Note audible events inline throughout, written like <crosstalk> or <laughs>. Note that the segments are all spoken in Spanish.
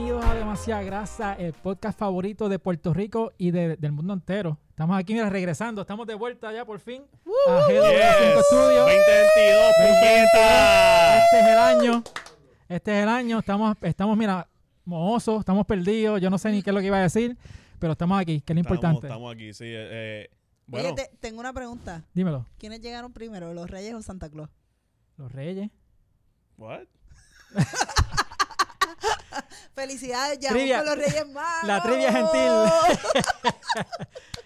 Demasiada Grasa, el podcast favorito de Puerto Rico y de- del mundo entero. Estamos aquí, mira, regresando. Estamos de vuelta ya por fin a GW5 Yes. Studios. 2022, puñeta. Este es el año. Este es el año. Estamos, estamos mira, mohosos, estamos perdidos. Yo no sé ni qué es lo que iba a decir, pero estamos aquí, que es lo Estamos, importante. estamos aquí, sí. eh, eh, bueno, Oye, te- tengo una pregunta. Dímelo. ¿Quiénes llegaron primero, los Reyes o Santa Claus? Los Reyes. what? Felicidades, ya Trivia. con los Reyes Magos. La trivia gentil.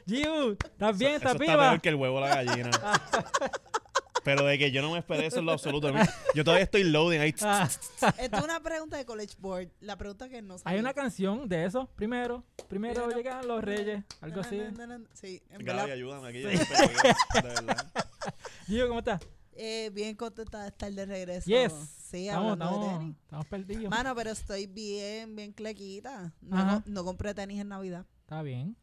Giu, ¿estás bien? Eso ¿Estás está peor viva? que el huevo a la <laughs> gallina. Pero de que yo no me esperé eso en lo absoluto. A mí- Yo todavía estoy loading ahí. Ah, <laughs> <laughs> Esto es una pregunta de College Board. La pregunta que no hay sabía. una canción de eso. Primero, primero Mira, no. llegan los Reyes, algo así. Na, na, na, na. Sí, Gaby, en verdad. ayúdame aquí. yo no sé, yo- de verdad. Giu, ¿cómo estás? Eh, bien contenta de estar de regreso. Yes. Sí, Estamos, hablando de estamos, tenis. estamos perdidos. Mano, pero estoy bien, bien clequita. Ajá. No, no compré tenis en Navidad. Está bien.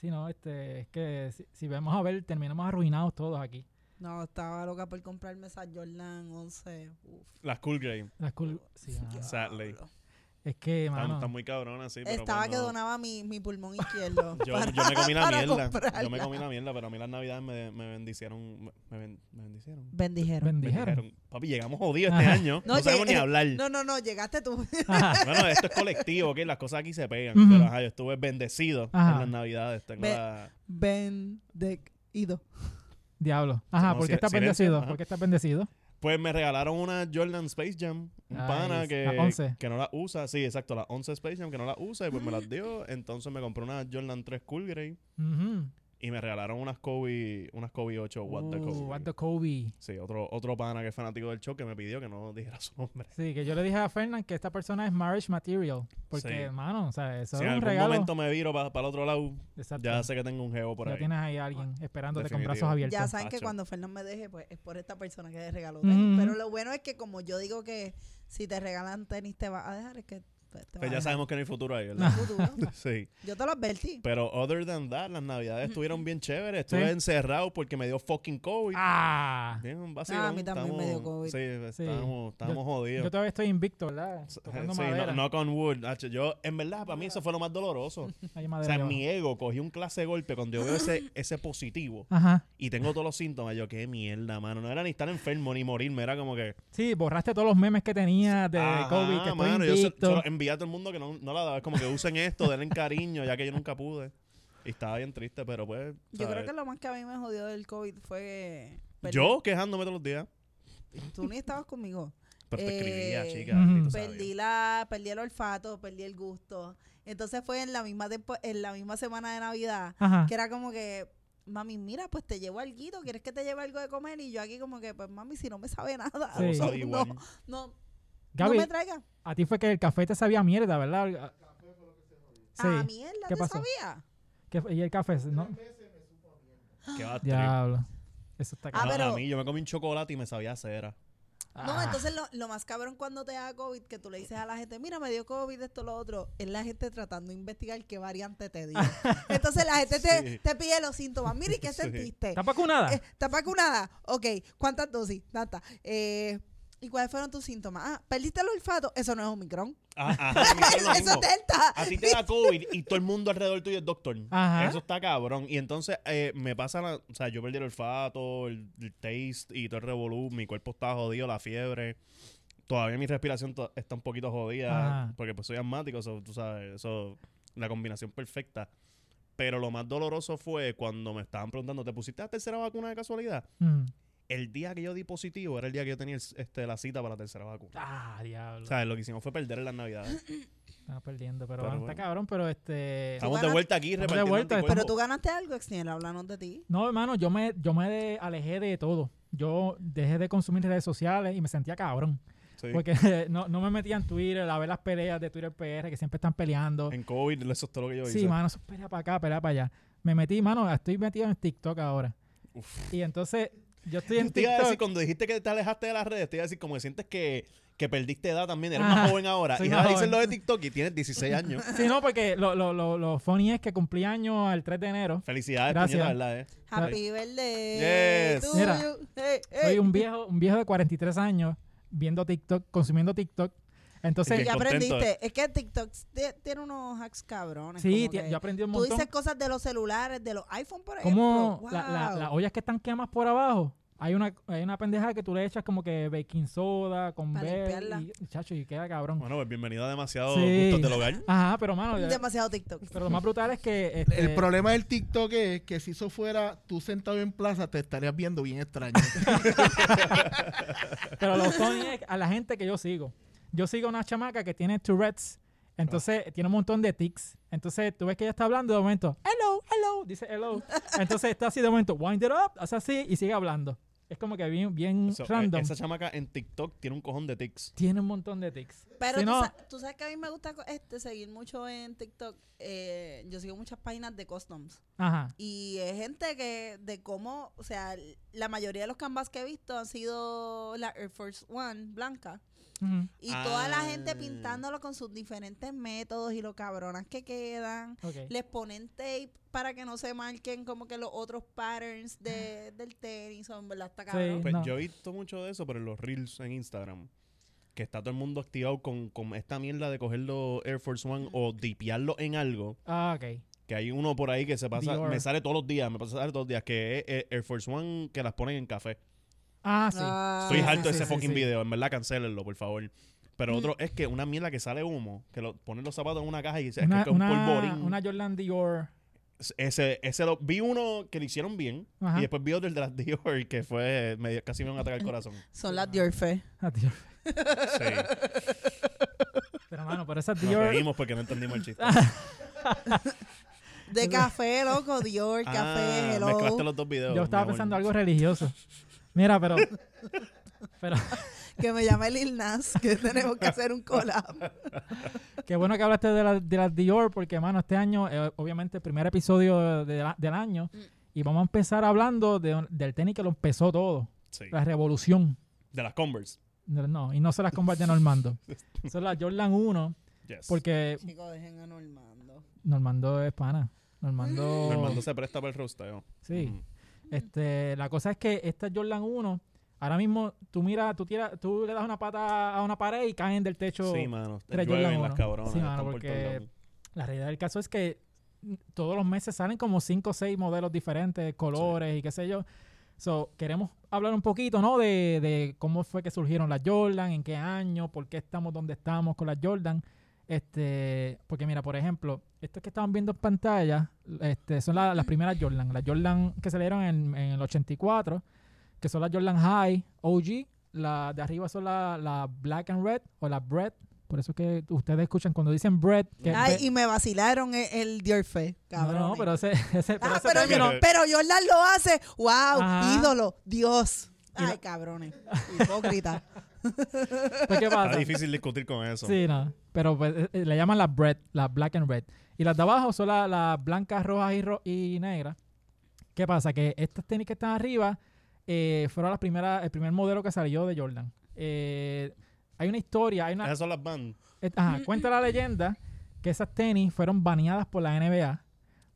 Si no, este, es que si, si vamos a ver, terminamos arruinados todos aquí. No, estaba loca por comprarme esas Jordan 11. Uf. Las Cool Grey. Las cool- sí, ah. mano. diablo. Sadly. Es que, Están, mano, están muy cabronas, sí. Pero Estaba pues, que no. donaba mi, mi pulmón izquierdo. <laughs> Yo, yo me comí la <laughs> para mierda. Yo me comprarla. comí la mierda, pero a mí las navidades me, me bendicieron. Me, me ben- me bendicieron. Bendijeron. bendijeron. Bendijeron. Papi, llegamos jodidos este Ajá. año. No, No, sabemos llegué- ni hablar. No, no, no, llegaste tú. <laughs> Ajá. Bueno, esto es colectivo, que las cosas aquí se pegan. Ujú. Pero ajá, yo estuve bendecido Ajá. en las navidades. Tengo Ve- la- Bendecido. Diablo. Ajá, No, ¿por si- qué estás silencio, bendecido? ajá. ¿Por qué estás bendecido? Pues me regalaron una Jordan Space Jam. Un Nice. pana Las que, 11. que no la usa. Sí, exacto, la 11 Space Jam que no la usa. Y pues me <gasps> las dio. Entonces me compré una Jordan 3 Cool Grey. Ujú. Y me regalaron unas Kobe, unas Kobe 8 What the Uh, Kobe. What the Kobe. Sí, otro, otro pana que es fanático del show que me pidió que no dijera su nombre. Sí, que yo le dije a Fernan que esta persona es marriage material. Porque, Sí. hermano, o sea, eso Si es en un algún regalo. momento me viro para el otro lado, Exacto. ya sé que tengo un geo por Ya ahí. tienes ahí a alguien esperándote Definitivo. con brazos abiertos. Ya saben que Pacho. cuando Fernán me deje, pues es por esta persona que le regaló Ujú. tenis. Pero lo bueno es que como yo digo que si te regalan tenis te vas a dejar, es que te, te Pues ya vas a dejar. sabemos que no hay futuro <laughs> ahí, ¿verdad? <laughs> Futuro. sí. Yo te lo advertí. Pero other than that, las navidades estuvieron bien chéveres. Estuve Sí. encerrado porque me dio fucking COVID. ¡Ah! Bien, un vacilón. Ah, a mí también me dio Estamos- COVID. Sí, estábamos, estábamos Yo jodidos. todavía estoy invicto, ¿verdad? Sí, Tocando no- madera. knock on wood. Nacho, Yo, en verdad, para mí eso fue lo más <laughs> doloroso. Hay O madera sea, ahí mi ego cogió un clase de golpe cuando yo veo ese, ese positivo abajo. Ajá. y tengo todos los síntomas. Yo, qué mierda, mano. No era ni estar enfermo ni morirme. Era como que. Sí, borraste todos los memes que tenías de Ajá, COVID, que estoy mano, yo eh, se, invicto. se lo envié a todo el mundo que no, no la daba. Es como que usen esto, denle cariño, ya que yo nunca pude. Y estaba bien triste, pero pues. Yo creo ¿sabes? que lo más que a mí me jodió del COVID fue... que- Yo quejándome todos los días. Tú ni estabas conmigo. Pero te escribía, Eh, chica. Ujú. bendito sea Dios. Perdí la, perdí el olfato, perdí el gusto. Entonces fue en la misma tempo- en la misma semana de Navidad Ajá. que era como que mami, mira, pues te llevo algo, ¿quieres que te lleve algo de comer? Y yo aquí como que, pues mami, si no me sabe nada, Sí. <laughs> Todo No, sabe no, igual. no, Gaby, no me traiga. a ti fue que el café te sabía mierda, ¿verdad? Ah, Sí. Ah, mierda, ¿Qué ¿te pasó? sabía? ¿Qué fue? ¿Y el café? ¿No? Qué bad trip. Diablo. Eso está Ah, No, cabrón. a pero- mí yo me comí un chocolate y me sabía a cera. No, Ah, entonces lo, lo más cabrón cuando te da COVID, que tú le dices a la gente, mira, me dio COVID, esto, lo otro, es la gente tratando de investigar qué variante te <laughs> dio. Entonces la gente te, Sí. te pide los síntomas, mira, ¿y qué <laughs> Sí. sentiste? ¿Estás vacunada? Eh, ¿Estás vacunada? Ok, ¿cuántas dosis? Tanta. Eh, ¿Y cuáles fueron tus síntomas? Ah, ¿perdiste el olfato? Eso no es Omicron. Ah, <laughs> ajá, a mí me lo Eso mismo. es Delta. A ti te da COVID y todo el mundo alrededor tuyo es doctor. Ajá. Eso está cabrón. Y entonces eh, me pasa la. O sea, yo perdí el olfato, el, el taste y todo el revolú. Mi cuerpo está jodido, la fiebre. Todavía mi respiración to- está un poquito jodida. Ajá. Porque pues soy asmático, so, tú sabes, eso. La combinación perfecta. Pero lo más doloroso fue cuando me estaban preguntando, ¿te pusiste la tercera vacuna de casualidad? Mm. El día que yo di positivo era el día que yo tenía el- este, la cita para la tercera vacuna. Ah, diablo. O sea, lo que hicimos fue perder en las navidades. Estamos perdiendo, pero, Pero bueno, bueno. está cabrón, pero este... Estamos de ganas- vuelta aquí Estamos de repartiendo vuelta, anticuerpos. Pero tú ganaste algo, Exniel, háblanos de ti. No, hermano, yo me, yo me de- alejé de todo. Yo dejé de consumir redes sociales y me sentía cabrón. Sí. Porque <laughs> no, no me metía en Twitter a ver las peleas de Twitter PR que siempre están peleando. En COVID, eso es todo lo que yo hice. Sí, mano, eso es pelea para acá, pelea para allá. Me metí, mano, estoy metido en TikTok ahora. Uf. Y entonces, yo <laughs> estoy en Yo te iba a decir, TikTok. cuando dijiste que te alejaste de las redes, te iba a decir como que sientes que, que perdiste edad también, eres Ajá, más joven ahora. soy Y más ahora joven. dicen lo de TikTok y tienes 16 años. <laughs> Sí, no, porque lo, lo, lo, lo funny es que cumplí año el 3 de enero. Felicidades, Gracias. puñeta, ¿verdad? Eh? Happy birthday. Yes. to Mira, you. Hey, hey. Soy un viejo, un viejo de 43 años viendo TikTok, consumiendo TikTok. Entonces, Bien ya contento. aprendiste. Es que TikTok t- tiene unos hacks cabrones. sí, como tía, que yo aprendí un Tú montón. dices cosas de los celulares, de los iPhone, por ejemplo. Como la- la- Wow. las ollas que están quemadas por abajo. Hay una, hay una pendeja que tú le echas como que baking soda con Pa' ver limpiarla. y, y chacho, y queda cabrón. Bueno, pues bienvenido a demasiado Sí. gustos del hogar. Ajá, pero <laughs> mano, ya- Demasiado TikTok. pero lo más brutal es que este, El problema del TikTok es que si eso fuera tú sentado en plaza, te estarías viendo bien <laughs> extraño. Pero lo funny es a la gente que yo sigo. Yo sigo una chamaca que tiene Tourette's. Entonces tiene un montón de tics. Entonces tú ves que ella está hablando de momento, hello, hello, dice <laughs> hello. Entonces está así de momento, wind it up, hace así y sigue hablando. Es como que bien, bien Eso, eh, Mm, random. Esa chamaca en TikTok tiene un cojón de tics. Tiene un montón de tics. Pero Si tú, no- sa- tú sabes que a mí me gusta co- este, seguir mucho en TikTok. eh, yo sigo muchas páginas de customs. Ajá. Y es gente que de cómo, o sea, la mayoría de los canvas que he visto han sido la Air Force One blanca. Ujú. Y toda la Ah. gente pintándolo con sus diferentes métodos y lo cabronas que quedan. Ok. Les ponen tape para que no se marquen como que los otros patterns Ah. de, del tenis. Son, ¿verdad? Está cabrón. Pues, No. Yo he visto mucho de eso, pero en los reels en Instagram. Que está todo el mundo activado con, con esta mierda de coger los Air Force One o dipearlo en algo. Ah, ok. Que hay uno por ahí que se pasa, Dior. me sale todos los días, me pasa todos los días, que es eh, Air Force One que las ponen en café. Ah, sí. Ah. Estoy sí, harto de sí, ese sí, fucking sí. Mm. video, en verdad cancelenlo, por favor. Pero otro es que una mierda que sale humo, que lo, ponen los zapatos en una caja y dice, es que Una, es un una, polvorín. una Jordan Dior. Ese, ese lo, vi uno que lo hicieron bien Ajá. y después vi otro el de las <laughs> Dior que fue, me dio- casi me dio un ataque <laughs> al corazón. Son las Dior Fe. Ah, Dior. Sí, Pero, mano, pero esas nos Dior. reímos porque no entendimos <laughs> el chiste. De café, loco. Dior, Ah, café, hello. mezclaste los dos videos. Yo estaba mi amor. pensando algo religioso. Mira, pero. Pero. Que me llame Lil Nas. <laughs> Que tenemos que hacer un collab. Qué bueno que hablaste de las de las Dior, porque, mano, este año, eh, obviamente, el primer episodio de la- del año, Mm. y vamos a empezar hablando de un- del tenis que lo empezó todo, Sí, la revolución. De las Converse. No, no, y no se las comparte <laughs> Normando. Son las Jordan 1, Yes. porque Chicos, dejen a Normando. Normando es pana. Normando. Normando se presta para el rosteo. Sí. Mm. Este, la cosa es que esta Jordan 1, ahora mismo tú mira, tú tiras, tú le das una pata a una pared y caen del techo. Sí, mano. tres Llueven Jordan las uno. cabronas. Sí, mano, están por porque- todos lados. La realidad del caso es que mm, todos los meses salen como 5 o 6 modelos diferentes, colores y qué sé yo. So, queremos hablar un poquito, ¿no? De, de cómo fue que surgieron las Jordan, en qué año, por qué estamos donde estamos con las Jordan. Este, porque mira, por ejemplo, estas que estaban viendo en pantalla este, son la- las primeras Jordan. Las Jordan que se dieron en, en el 84, que son las Jordan High OG. La de arriba son las la Black and Red o las Bread. Por eso es que ustedes escuchan cuando dicen Bread. Que Ay, ve- y me vacilaron el, el Dior Fe. Cabrón. no, no, pero ese, <laughs> ese, pero Ah, ese pero, término- yo- pero Jordan lo hace. ¡Wow! Ajá. Ídolo. Dios. Y Ay, lo- cabrones. Hipócrita. pues, ¿qué pasa? Está difícil discutir con eso. Sí, no. Pero pues, eh, eh, le llaman las bread, las black and red. Y las de abajo son la- las blancas, rojas y, ro- y negras. ¿Qué pasa? Que estas tenis que están arriba eh, fueron las primeras, el primer modelo que salió de Jordan. Eh, hay una historia, hay una, Esas son las bands. Eh, Ajá, cuenta la leyenda que esas tenis fueron baneadas por la NBA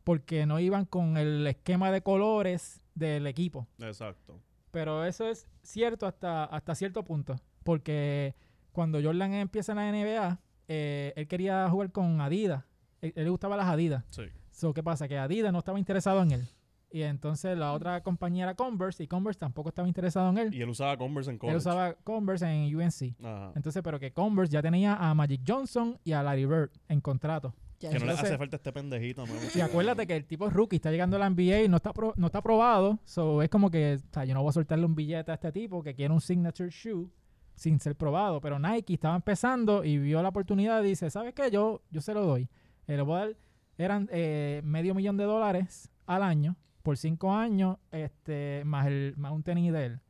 porque no iban con el esquema de colores del equipo. Exacto. Pero eso es cierto hasta, hasta cierto punto. Porque cuando Jordan empieza en la NBA, eh, él quería jugar con Adidas. Él, él le gustaba las Adidas. Sí. So, ¿Qué pasa? Que Adidas no estaba interesado en él. Y entonces la otra compañía era Converse y Converse tampoco estaba interesado en él. Y él usaba Converse en college. Él usaba Converse en UNC. Ajá. Entonces, pero que Converse ya tenía a Magic Johnson y a Larry Bird en contrato. <laughs> Ya, Que no le Entonces- hace falta este pendejito. mano. Y acuérdate que el tipo es rookie, está llegando a la NBA y no está, pro- no está probado. So es como que, o sea, yo no voy a soltarle un billete a este tipo que quiere un signature shoe sin ser probado. Pero Nike estaba empezando y vio la oportunidad y dice, ¿sabes qué? Yo, yo se lo doy. Eh, le voy a dar, eran eh, medio millón de dólares al año por cinco años, este, más, el, más un tenis de él.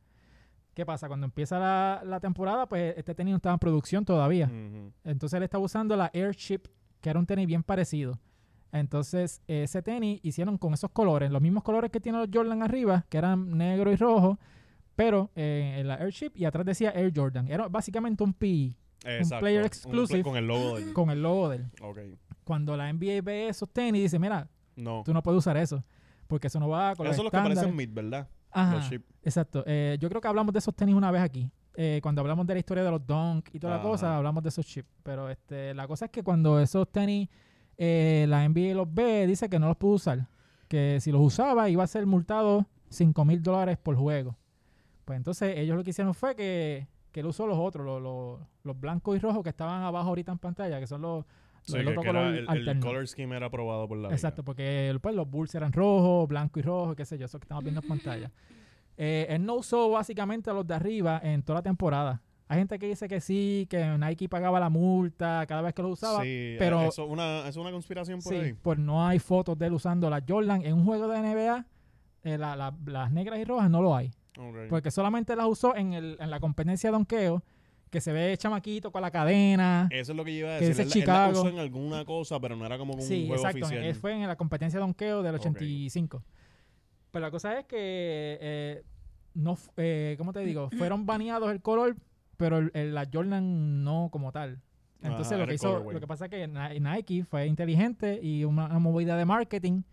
¿Qué pasa? Cuando empieza la, la temporada, pues este tenis no estaba en producción todavía. Ujú. Entonces él estaba usando la Airship, que era un tenis bien parecido. Entonces ese tenis hicieron con esos colores, los mismos colores que tiene los Jordan arriba, que eran negro y rojo, pero eh, en la Airship y atrás decía Air Jordan. Era básicamente un PE Exacto. player pla- exclusive. con el logo de él. con el logo de él. Ok. Cuando la NBA ve esos tenis, dice, mira, No. tú no puedes usar eso, porque eso no va con los Esos son los que estándares. parecen mid, ¿verdad? Ajá, Los chip. exacto. Eh, yo creo que hablamos de esos tenis una vez aquí. eh, cuando hablamos de la historia de los Dunk y toda la Ajá. cosa, hablamos de esos chips. Pero este, la cosa es que cuando esos tenis, eh, la NBA los ve, dice que no los pudo usar. Que si los usaba iba a ser multado 5 mil dólares por juego. Pues entonces ellos lo que hicieron fue que, que él usó los otros, los, los, los blancos y rojos que estaban abajo ahorita en pantalla, que son los... Sí, el que- otro que era color el, el alterno. color scheme era aprobado por la liga. Exacto, porque pues, los Bulls eran rojos, blanco y rojo, qué sé yo, eso que estamos viendo en pantalla. Eh, él no usó básicamente a los de arriba en toda la temporada. Hay gente que dice que sí, que Nike pagaba la multa cada vez que lo usaba. Sí, Sí, eh, pero- eso es una, eso es una conspiración por ahí. pues no hay fotos de él usando las Jordan en un juego de NBA. eh, la- la- las negras y rojas no lo hay. Ok. Porque solamente las usó en, el- en la competencia de donkeo, que se ve chamaquito con la cadena. Eso es lo que yo iba a que decir. dice él, la- él la Chicago. usó en alguna cosa, pero no era como un Sí, juego exacto. oficial. eh, Fue en la competencia de donkeo del Ok. 85. Pero la cosa es que, eh, no, f- eh, ¿cómo te digo? Fueron baneados el color, pero el, el- la Jordan no como tal. Entonces Ajá, lo Ah, era que el hizo, colorway. lo que pasa es que Ni- Nike fue inteligente y una, una movida de marketing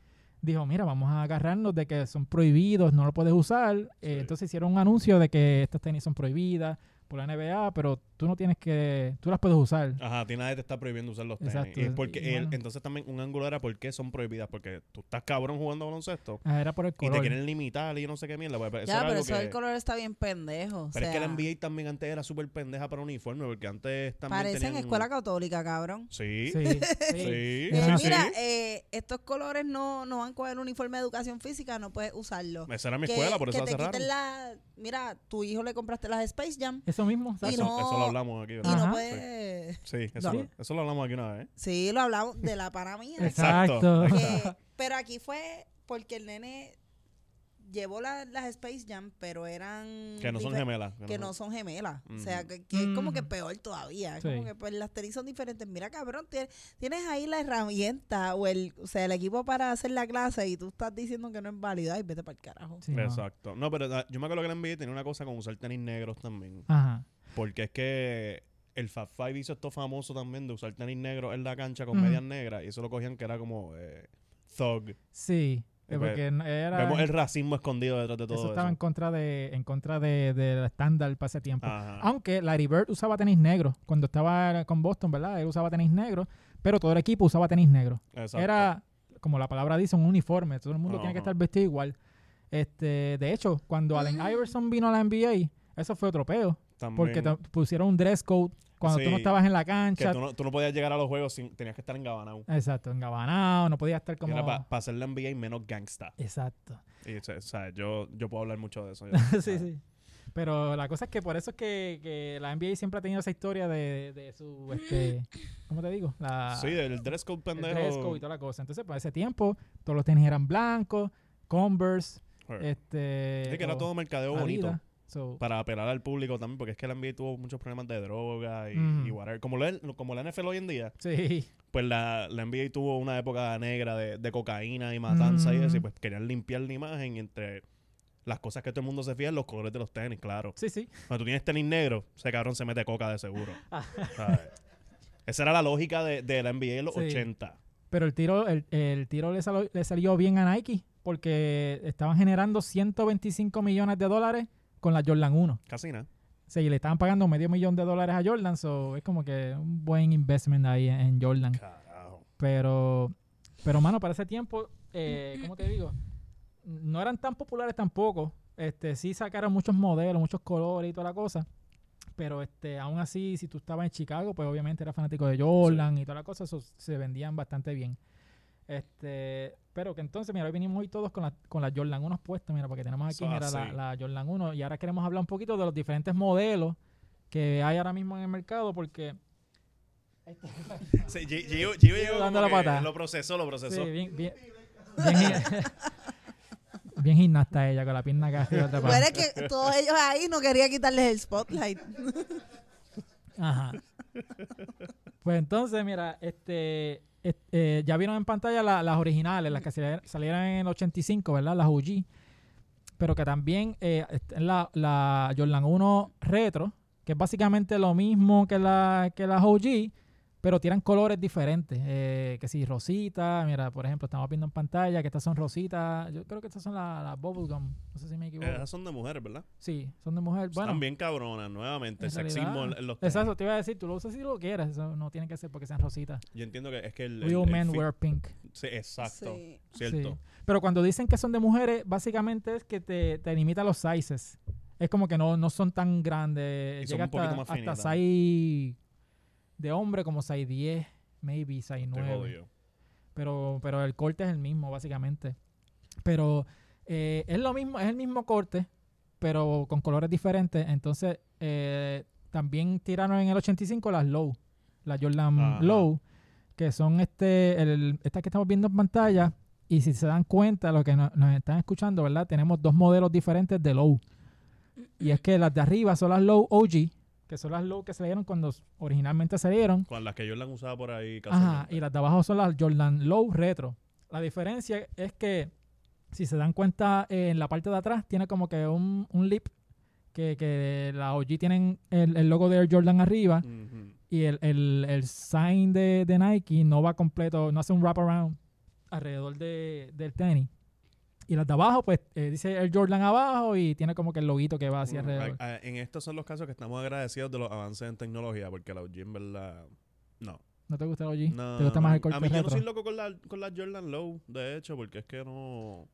dijo, mira, vamos a agarrarnos de que son prohibidos, no lo puedes usar. Eh, Sí. entonces hicieron un anuncio de que estas tenis son prohibidas por la NBA, pero tú no tienes que, tú las puedes usar. Ajá, a ti nadie te está prohibiendo usar los tenis. Exacto, Y es porque y él- bueno. entonces también un ángulo era por qué son prohibidas. Porque tú estás cabrón jugando baloncesto Ah, Era por el y color. te quieren limitar y yo no sé qué mierda. pues, eso ya, era pero algo eso que- del color está bien pendejo. o Pero es que sea, la NBA también antes era súper pendeja para uniforme, porque antes también Parecen tenían- escuela católica, cabrón. Sí, sí, Sí, sí. sí. Eh, Eh, sí. mira, eh, estos colores no, no van con el uniforme de educación física, no puedes usarlo. Esa era mi escuela, por eso que la te cerraron. quiten la... Mira, tu hijo le compraste las Space Jam Eso mismo. y exacto. Eso, no- eso lo hablamos aquí. y ¿verdad? Ajá. no puedes... Sí, eso, No. lo- eso lo hablamos aquí una vez. Sí, lo hablamos de la pana mía. Exacto. <laughs> Exacto. que- Eh, <laughs> pero aquí fue porque el nene llevó la- las Space Jam, pero eran... Que no son difer- gemelas. Que no son gemelas. O sea, Ujú. que, que es como que Ujú. peor todavía. Es Sí. Como que pues las tenis son diferentes. Mira, cabrón, tie- tienes ahí la herramienta o el, o sea, el equipo para hacer la clase y tú estás diciendo que no es válida y vete para el carajo. Sí, no. Exacto. No, pero ah, yo me acuerdo que la NBA tenía una cosa con usar tenis negros también. Ajá. Porque es que el Fab Five hizo esto famoso también de usar tenis negros en la cancha con Ujú. medias negras. Y eso lo cogían que era como eh, thug. Sí. Eh, Porque n- era. Vemos el racismo escondido detrás de todo eso eso. estaba en contra de en contra de, del estándar para ese tiempo. Ajá. Aunque Larry Bird usaba tenis negro cuando estaba con Boston, ¿verdad? Él usaba tenis negro, pero todo el equipo usaba tenis negro. Exacto. Ah, Era, como la palabra dice, un uniforme. Todo el mundo tiene que Ajá. estar vestido igual. Este, de hecho, cuando Allen Mm. Iverson vino a la NBA, eso fue otro peo. También Porque te pusieron un dress code cuando tú Sí. no estabas en la que cancha. tú no, tú no podías llegar a los juegos sin... Tenías que estar engabanado. Exacto, engabanado, no podías estar como. Era para hacer la NBA y menos gangsta. Exacto. <laughs> Y, o sea, o sea, yo, yo puedo hablar mucho de eso. sí, sí. Pero la cosa es que por eso es que, que la NBA siempre ha tenido esa historia de, de su, este, ¿cómo te digo? La, Sí, del dress code el pendejo. dress code y toda la cosa. Entonces, para ese tiempo, todos los tenis eran blancos, Converse, Joder. este... Es que era o todo mercadeo Adidas. bonito. So, Para apelar al público también, porque es que la NBA tuvo muchos problemas de droga y, Mm. y whatever. Como la, como la NFL hoy en día, sí, <laughs> pues la, la NBA tuvo una época negra de, de cocaína y matanza y eso, y Mm. pues querían limpiar la imagen y entre las cosas que todo el mundo se fía en los colores de los tenis, claro. sí, sí. Cuando tú tienes tenis negro, ese cabrón se mete coca de seguro. Ah. ¿Sabes? Esa era la lógica de, de la NBA en los Sí. 80. Pero el tiro, el, el tiro le, salo- le salió bien a Nike porque estaban generando 125 millones de dólares con la Jordan 1. Casi nada. Sí, y le estaban pagando medio millón de dólares a Jordan, so es como que un buen investment ahí en, en Jordan. Carajo. Pero, pero mano, para ese tiempo, eh, ¿cómo te digo? No eran tan populares tampoco. Este, sí sacaron muchos modelos, muchos colores y toda la cosa. Pero este, aún así, si tú estabas en Chicago, pues obviamente eras fanático de Jordan y toda la cosa, eso se vendían bastante bien. Este, pero que entonces, mira, hoy venimos hoy todos con la, con la Jordan 1 puestos, mira, porque tenemos aquí, Eso mira, la, así. la Jordan 1. Y ahora queremos hablar un poquito de los diferentes modelos que hay ahora mismo en el mercado, porque Sí, Gio- Gio- Gio Gio llegó dando como la que patada. Lo procesó, lo Sí, procesó. Eh, bien, bien, bien, gi- bien gimnasta ella, con la pierna acá. arriba <laughs> tapada. Pero es que todos ellos ahí no quería quitarles el spotlight. <laughs> Ajá. Pues entonces, mira, este, este, eh, ya vieron en pantalla la- las originales, las que sali- salieron en el 85, ¿verdad? Las OG. Pero que también eh, está la, la Jordan 1 Retro, que es básicamente lo mismo que, la, que las OG, pero tiran colores diferentes. eh, que si rosita, mira, por ejemplo, estamos viendo en pantalla que estas son rositas. Yo creo que estas son las la bubblegum. No sé si me equivoco. Esas son de mujeres, ¿verdad? Pues Sí, son de mujer. Bueno, Eh, Están bien cabronas, nuevamente. en el sexismo en realidad- en los tenis. Exacto, te iba a decir, tú lo usas si lo quieres. eso no tiene que ser porque sean rositas. Yo entiendo que es que el. el- Real el men fi- wear pink. Sí, exacto. Sí. Cierto. Sí. Pero cuando dicen que son de mujeres, básicamente es que te, te limita los sizes. Es como que no, no son tan grandes. Y son Llega un poquito hasta, más hasta finitas. size de hombre como size 10, maybe size Te 9. jodió. pero, pero el corte es el mismo, básicamente. Pero eh, es lo mismo, es el mismo corte, pero con colores diferentes. Entonces, eh, también tiraron en el 85 las low, las Jordan Ajá. low, que son este, el, estas que estamos viendo en pantalla. Y si se dan cuenta, los que no- nos están escuchando, ¿verdad? Tenemos dos modelos diferentes de low. Y es que las de arriba son las low OG, que son las low que se dieron cuando originalmente se dieron. Con las que yo las usaba por ahí. Ajá, casualmente. y las de abajo son las Jordan Low Retro. La diferencia es que, si se dan cuenta, eh, en la parte de atrás tiene como que un, un lip, que, que la OG tienen el, el logo de Air Jordan arriba Ujú. y el, el- el sign de, de Nike no va completo, no hace un wraparound alrededor de- del tenis. Y las de abajo, pues, eh, dice Air Jordan abajo y tiene como que el loguito que va hacia Bueno, alrededor. a- a- en estos son los casos que estamos agradecidos de los avances en tecnología, porque la OG en verdad. No. ¿No te gusta el OG? no ¿Te gusta más no. el corte A mí yo no retro? soy loco con la, con la Jordan Low, de hecho, porque es que no.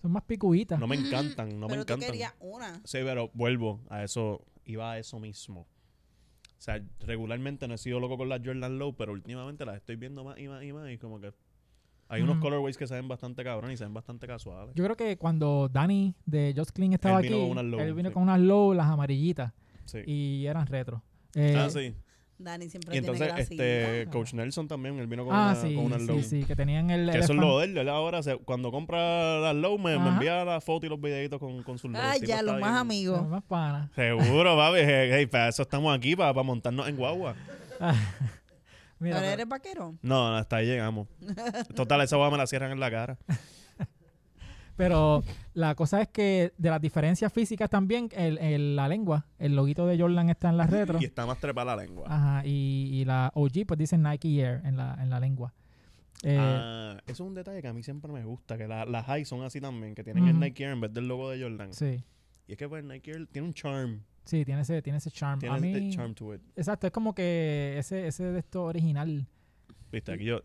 Son más picuitas. No me encantan, no me pero tú encantan. querías una. Sí, pero vuelvo a eso. Iba a eso mismo. O sea, regularmente no he sido loco con las Jordan Low, pero últimamente las estoy viendo más y más y más. Y como que hay unos Mm. colorways que se ven bastante cabrón y se ven bastante casuales. Yo creo que cuando Danny de Just Clean estaba Él vino aquí, con unas low, él vino sí. con unas low, las amarillitas, Sí. y eran retro. Eh, ah, sí. Dani siempre Y entonces, tiene grasita. este, Coach Nelson también, él vino con, ah, una, sí, con una sí, Low. sí, que tenían el... Que eso es elefante. lo de él. él ahora, se- cuando compra las Low, me, me Ajá. envía la foto y los videitos con, con sus Low. Ay, El tipo ya, está los más bien- Los amigos. más panas. Seguro, papi. Hey, hey, para eso estamos aquí, para, para montarnos en guagua. Mira, Ahora pero- eres vaquero. No, hasta ahí llegamos. <laughs> Total, esa guagua me la cierran en la cara. Pero la cosa es que de las diferencias físicas también, el, el- la lengua, el loguito de Jordan está <laughs> en las retro. Y está más trepada la lengua. Ajá, y, y la OG pues dice Nike Air en la, en la lengua. Eh, Ah, eso es un detalle que a mí siempre me gusta, que la- las high son así también, que tienen el Ujú. Nike Air en vez del logo de Jordan. Sí, Y es que pues, Nike Air tiene un charm, sí, tiene ese, tiene ese charm. tiene A mí- el charm to it. Exacto, es como que ese, ese de esto original. Viste, aquí yo,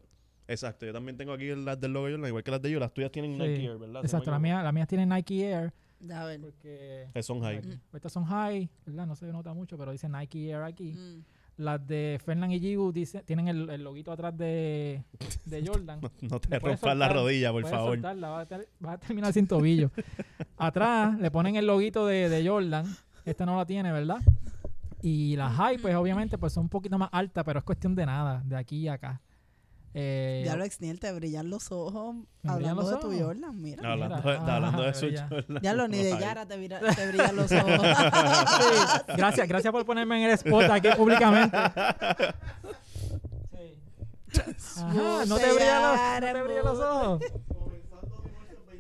exacto, yo también tengo aquí las del logo de Jordan, igual que las de ellos, las tuyas tienen Sí, Nike Air, ¿verdad? Si Exacto, no me la mía, la mía tiene Nike Air. Ya, a ver. Porque equivoco. Eh, son high. aquí, estas son high, ¿verdad? No se nota mucho, pero dice Nike Air aquí. Mm. Las de Fernand y Gigu dice, tienen el, el loguito atrás de, <laughs> de Jordan. No, no te Lo puedes rompas la soltar, rodilla, por Puedes favor. soltarla, vas a, ter- vas a terminar sin <laughs> tobillo. Atrás le ponen el loguito de, de Jordan. Esta no la tiene, ¿verdad? Y las high, pues obviamente, pues son un poquito más altas, pero es cuestión de nada, de aquí y acá. Eh, Ya lo exniel, te brillan los ojos Me brillan hablando los de tu ojos. Jordan, mira. No, Hablando, mira, de- ah, hablando de su ya. Jordan. Ya lo ni de High. Yara te, vira- <laughs> te brillan los ojos. Sí, gracias, gracias por ponerme en el spot aquí públicamente. Ajá, no te brillan los, no te brillan los ojos.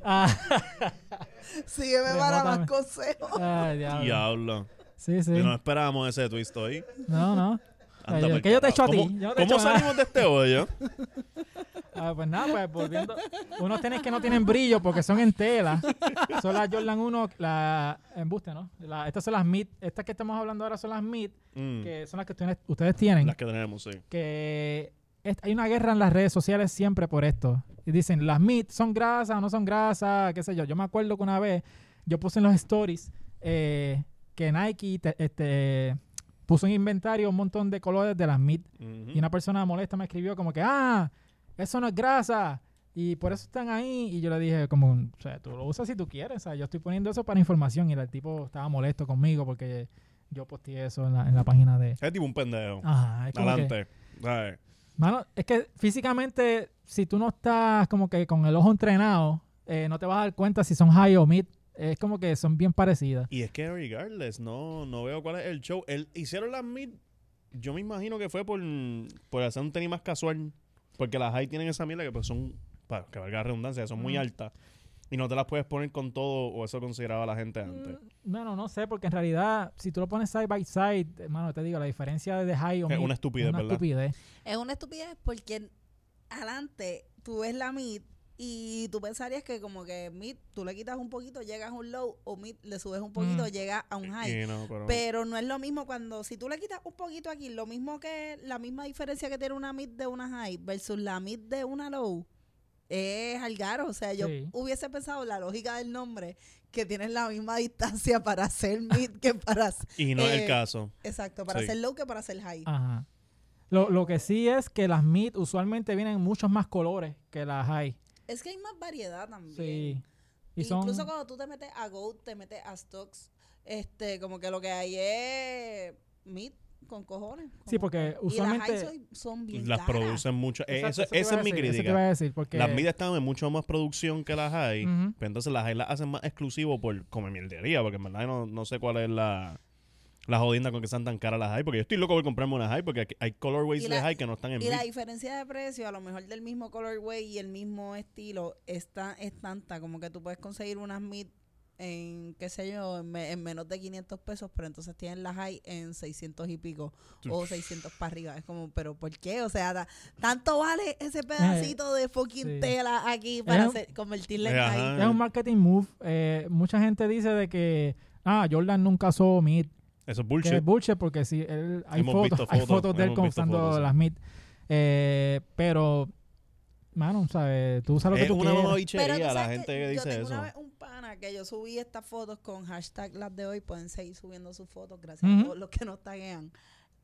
Ah, <laughs> Sígueme para Remótame. más consejos. ay, diablo. Diablo. Sí, sí. No esperábamos ese twist hoy. No, no. Anda yo- pa'l que yo te echo carajo. a ti, ¿Cómo, yo no te cómo echo nada. salimos de este <laughs> hoyo? Ah, pues nada, pues volviendo. Unos tenis que no tienen brillo porque son en tela. Son las Jordan 1, la embuste, ¿no? La- estas son las mid. Estas que estamos hablando ahora son las mid, Mm, que son las que ustedes- ustedes tienen. las que tenemos, sí. que es- hay una guerra en las redes sociales siempre por esto. Y dicen, las meat son grasas, no son grasas, qué sé yo. Yo me acuerdo que una vez yo puse en los stories eh, que Nike te- este, puso en inventario un montón de colores de las meat. Ujú. Y una persona molesta me escribió como que, ah, eso no es grasa. Y por eso están ahí. Y yo le dije, como, o sea, tú lo usas si tú quieres. O sea, yo estoy poniendo eso para información. Y el tipo estaba molesto conmigo porque yo posteé eso en la, en la página de... Es tipo un pendejo. Ajá, es como Ah, que- Adelante. Dale. Mano, es que físicamente, si tú no estás como que con el ojo entrenado, eh, no te vas a dar cuenta si son high o mid. Es como que son bien parecidas. Y es que regardless, no, no veo cuál es el show. El, hicieron las mid, yo me imagino que fue por, por hacer un tenis más casual. Porque las high tienen esa mierda que pues son, para que valga la redundancia, son muy Ujú. altas. Y no te las puedes poner con todo, o eso consideraba la Mm, gente antes. Bueno, no sé, porque en realidad, si tú lo pones side by side, hermano, te digo, la diferencia de high o Es mid una estupidez, una ¿verdad? estupidez. Es una estupidez porque adelante tú ves la mid y tú pensarías que como que mid tú le quitas un poquito, llegas a un low o mid le subes un poquito, Mm. llegas a un high. Y no, pero- Pero no es lo mismo cuando si tú le quitas un poquito aquí, lo mismo que la misma diferencia que tiene una mid de una high versus la mid de una low. Es algaro, o sea, yo Sí. hubiese pensado la lógica del nombre que tienes la misma <laughs> distancia para ser mid que para y no es eh, el caso. exacto, para Sí. ser low que para ser high. Ajá. Lo, lo que sí es que las mid usualmente vienen muchos más colores que las high. Es que hay más variedad también. Sí. Y son, Incluso cuando tú te metes a Goat, te metes a Stocks, este, como que lo que hay es meat con cojones. Sí, como porque que- usualmente- Y las high soy- son bien Las caras. producen mucho. eh, Exacto, eso- te esa iba a es mi decir, eso te iba crítica. a decir, porque... Las midas están en mucho más producción que las hay. Ujú. Pero Pues entonces las hay las hacen más exclusivo por comer mierdería, porque en verdad no, no sé cuál es la, la jodienda con que están tan caras las hay, porque yo estoy loco por comprarme unas hay, porque aquí hay colorways Y de la- hay que no están en Y la mid. diferencia de precio, a lo mejor del mismo colorway y el mismo estilo, está, es tanta como que tú puedes conseguir unas meat en, qué sé yo, en, me- en menos de 500 pesos, pero entonces tienen las high en 600 y pico o 600 para arriba. Es como, pero ¿por qué? O sea, ta- tanto vale ese pedacito de fucking Eh, sí. tela aquí para un- hacer- convertirla en Ajá. high. Es un marketing move. Eh, mucha gente dice de que, ah, Jordan nunca usó mid. Eso es Que bullshit. es bullshit porque sí, él, hay, Hemos fotos, visto hay fotos, fotos de él hemos visto usando fotos, sí. las mid. Eh, pero, mano, ¿sabes? Tú usas lo que Es tú una quieras. Pero tú mamabichería la sabes gente que yo dice tengo eso. una vez un pana que yo subí estas fotos con hashtag las de hoy. Pueden seguir subiendo sus fotos, gracias Ujú. a todos los que nos taguean.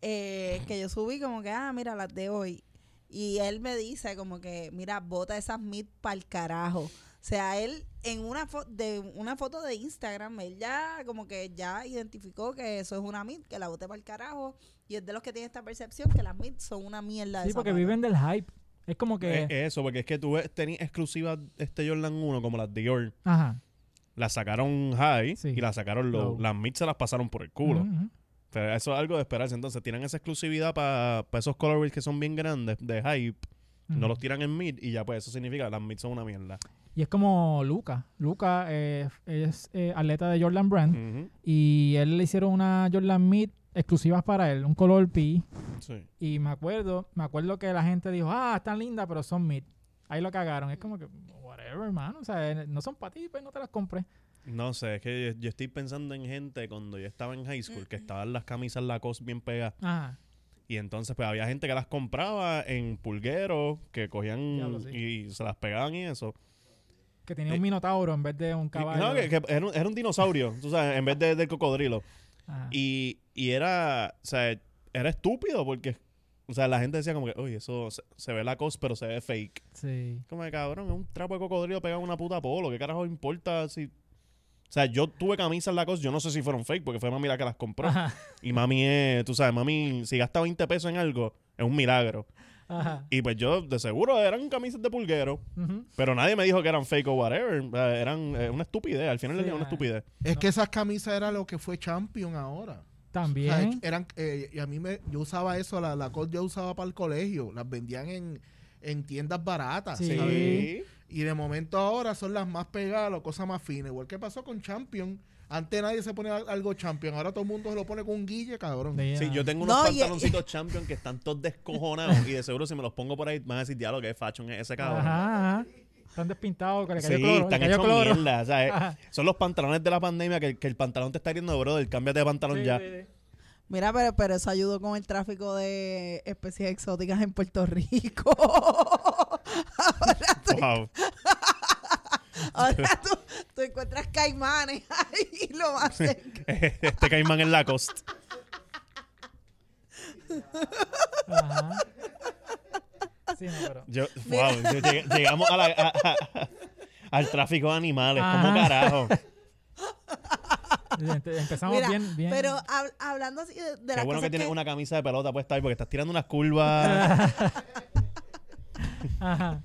Eh, que yo subí como que, ah, mira, las de hoy. Y él me dice como que, mira, bota esas mid pa'l carajo. O sea, él en una, fo- de, una foto de Instagram, él ya como que ya identificó que eso es una mid, que la bote pa'l carajo. Y es de los que tiene esta percepción que las mid son una mierda de Sí, porque zapato. viven del hype. Es como que, Eh, eso, porque es que tú ves, tenías exclusivas este Jordan 1 como las Dior. ajá. Las sacaron high Sí. y las sacaron low. Low. Las mid se las pasaron por el culo. Ujú, ujú. Pero eso es algo de esperarse. Entonces tienen esa exclusividad para esos colorways que son bien grandes de hype. No Ujú. los tiran en mid y ya pues eso significa que las mid son una mierda. Y es como Luca. Luca eh, es eh, atleta de Jordan Brand Ujú, y él le hicieron una Jordan Mid exclusivas para él, un color P. sí. Y me acuerdo, me acuerdo que la gente dijo, ah, están lindas, pero son Mid. Ahí lo cagaron. Es como que, whatever, hermano. O sea, eh, no son para ti, pues no te las compré. No sé, es que yo, yo estoy pensando en gente cuando yo estaba en high school que estaban las camisas Lacoste bien pegadas. Ajá. Y entonces pues había gente que las compraba en pulgueros, que cogían Diablo, sí. y se las pegaban y eso. Que tenía Eh, un minotauro en vez de un Y- caballo. no, que, que era, un, era un dinosaurio, tú sabes, en vez de, del cocodrilo. Ajá. Y, y era, o sea, era estúpido porque, o sea, la gente decía como que, oye, eso se, se ve la cosa, pero se ve fake. Sí. Como de cabrón, es un trapo de cocodrilo pegado a una puta polo, ¿qué carajo importa si... O sea, yo tuve camisas la cosa, yo no sé si fueron fake porque fue mami la que las compró. Ajá, Y mami es, tú sabes, mami, si gasta 20 pesos en algo, es un milagro. ajá. Y pues yo, de seguro, eran camisas de pulguero, Ujú. pero nadie me dijo que eran fake o whatever. O sea, Eran eh, una estupidez, al final Sí, del día una ah. estupidez. Es que esas camisas era lo que fue Champion ahora. O sea, También. eran, eh, y a mí me, yo usaba eso, la, la Colt yo usaba para el colegio, las vendían en, en tiendas baratas. Sí. ¿sabes? Y de momento ahora son las más pegadas, las cosas más finas. Igual que pasó con Champion. Antes nadie se ponía algo Champion, ahora todo el mundo se lo pone con un guille, cabrón. De- Sí, yo tengo No, unos y- pantaloncitos Champion que están todos descojonados y de seguro si me los pongo por ahí van a decir, diablo, que fashion es ese cabrón. Ajá, ajá. Están despintados, que le cayó Sí, cloro. le están cayó hechos cloro. mierda. o sea, eh, Ajá. son los pantalones de la pandemia que, que el pantalón te está hiriendo, brother. Cámbiate de pantalón Sí, ya. sí, sí. Mira, pero, pero eso ayudó con el tráfico de especies exóticas en Puerto Rico. <laughs> ahora, tú, <laughs> Wow. ahora tú- tú encuentras caimanes <laughs> ahí y lo más cerca. este caimán en la costa. Ajá. Sí, no, pero. Yo, wow, lleg- llegamos a la- a- a- a- al tráfico de animales. ¿Cómo Ajá. carajo? Empe- Empezamos Mira, bien, bien. pero hab- hablando así de, de Qué las bueno cosas que tienes una camisa de pelota puesta ahí porque estás tirando unas curvas. Ajá.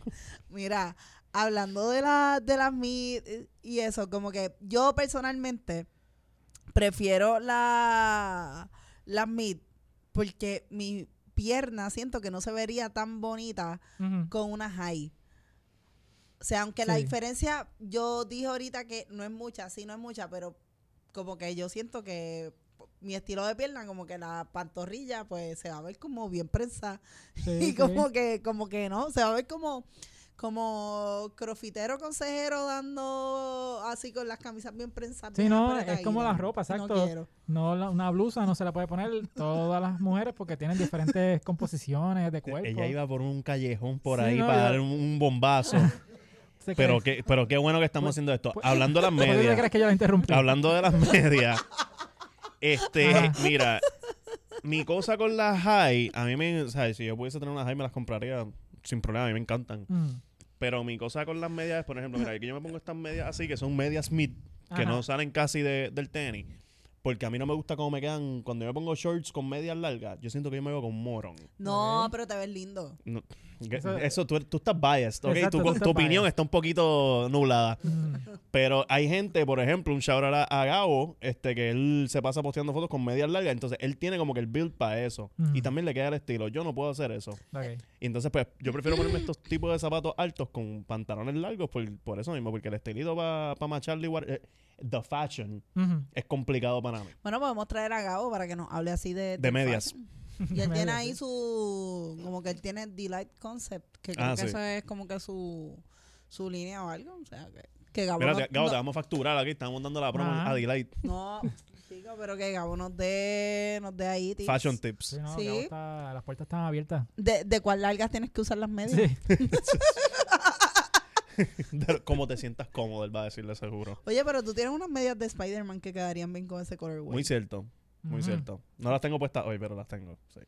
Mira, hablando de la, de las mid eh, y eso, como que yo personalmente prefiero la las mid porque mi pierna siento que no se vería tan bonita Ujú. con una high. O sea, aunque la Sí. diferencia, yo dije ahorita que no es mucha, sí, no es mucha, pero como que yo siento que mi estilo de pierna, como que la pantorrilla, pues se va a ver como bien prensa. Sí, <laughs> <laughs> y sí. como que, como que no, se va a ver como, como crofitero consejero dando así con las camisas bien prensadas. Sí, bien no, es apretaditas. como la ropa, No exacto. quiero. No, la- una blusa no se la puede poner todas las mujeres porque tienen <laughs> diferentes composiciones de cuerpo. Ella iba por un callejón por Sí, ahí no, para yo- dar un, <laughs> un bombazo. Se cree- pero, qué, pero qué bueno que estamos Pues- haciendo esto. pues- <laughs> Hablando de <laughs> las ¿Por qué te medias. crees que yo la interrumpí? Hablando de las <laughs> medias. Este, Ajá. mira, mi cosa con las high, a mí me, o sea, si yo pudiese tener unas high me las compraría sin problema, a mí me encantan. Mm, Pero mi cosa con las medias es, por ejemplo, mira, aquí yo me pongo estas medias así, que son medias mid, que Ajá. no salen casi de- del tenis. Porque a mí no me gusta cómo me quedan. Cuando yo me pongo shorts con medias largas, yo siento que yo me veo con un morón. No, Ok. pero te ves lindo. No, que- Eso- eso, tú, tú estás biased, ¿ok? Exacto, tu, tú tu estás opinión biased. está un poquito nublada. mm. Pero hay gente, por ejemplo, un shout out a, a Gabo, este, que él se pasa posteando fotos con medias largas. Entonces, él tiene como que el build para eso. Mm. Y también le queda el estilo. Yo no puedo hacer eso. Ok. Y entonces, pues, yo prefiero ponerme estos tipos de zapatos altos con pantalones largos por, por eso mismo. Porque el estilito para pa macharle igual, eh, the fashion Ujú. es complicado para mí. Bueno, podemos traer a Gabo para que nos hable así de... De medias. Y <laughs> él tiene Medias, ahí sí. su. Como que él tiene Delight Concept. Que creo Ah, que sí. eso es como que su. Su línea o algo. O sea, que, que Gabo. Mira, nos- Gabo, no- te vamos a facturar aquí. Estamos dando la promo Ah. a Delight no, chico, pero que Gabo nos dé. Nos dé ahí. tips. Fashion Tips. Sí, no, Sí. Gabo está- las puertas están abiertas. De, de cuál largas tienes que usar las medias. Sí. <laughs> De cómo te sientas cómodo, él va a decirle seguro. Oye, pero tú tienes unas medias de Spider-Man que quedarían bien con ese colorway. Muy cierto, muy Ujú. cierto. No las tengo puestas hoy, pero las tengo. sí.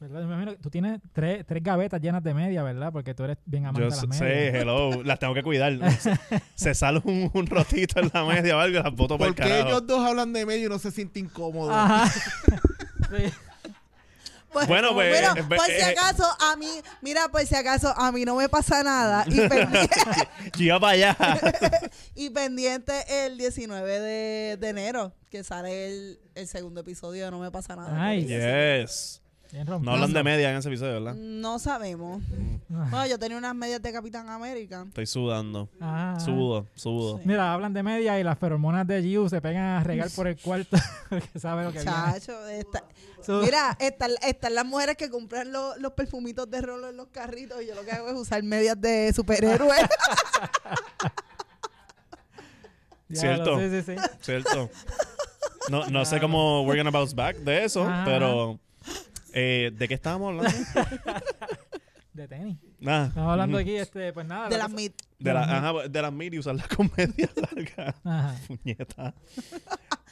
¿Verdad? Me imagino que tú tienes tres, tres gavetas llenas de media, ¿verdad? Porque tú eres bien amante Yo de las sé, medias. hello, las tengo que <laughs> cuidar. Se, se sale un, un rotito en la media o algo y las boto para el ¿Por qué carajo. ellos dos hablan de medio y no se sienten incómodos? Ajá. <laughs> Sí. <laughs> Pues, Bueno, como, pues, mira, eh, por si eh, acaso a mí. Mira, por si acaso a mí no me <laughs> pasa nada. Y pendiente, Yo iba para <laughs> allá. <laughs> y pendiente el 19 de, de enero. Que sale el, el segundo episodio de No me pasa nada. Pues, Ay. Yes. Bien No rompido. hablan de media en ese episodio, ¿verdad? Mm. No sabemos. Mm. Bueno, yo tenía unas medias de Capitán América. Estoy sudando. Ah. Sudo, sudo. Sí. Mira, hablan de media y las feromonas de Giu se pegan a regar por el cuarto <laughs> porque sabe lo que viene. Chacho, esta- Su- mira, están están las mujeres que compran lo- los perfumitos de rolo en los carritos y yo lo que hago es usar medias de superhéroes. <laughs> Diablo, Cierto. Sí, sí, sí. <laughs> ¿Cierto? No, no sé cómo we're gonna bounce back de eso, Ajá. pero... eh, ¿De qué <laughs> estábamos hablando? De tenis. Nada. Estamos hablando aquí, este, pues nada. de la las mid. <laughs> De, la- ajá, de las mil y usarlas con media <laughs> larga. Ajá. Puñeta.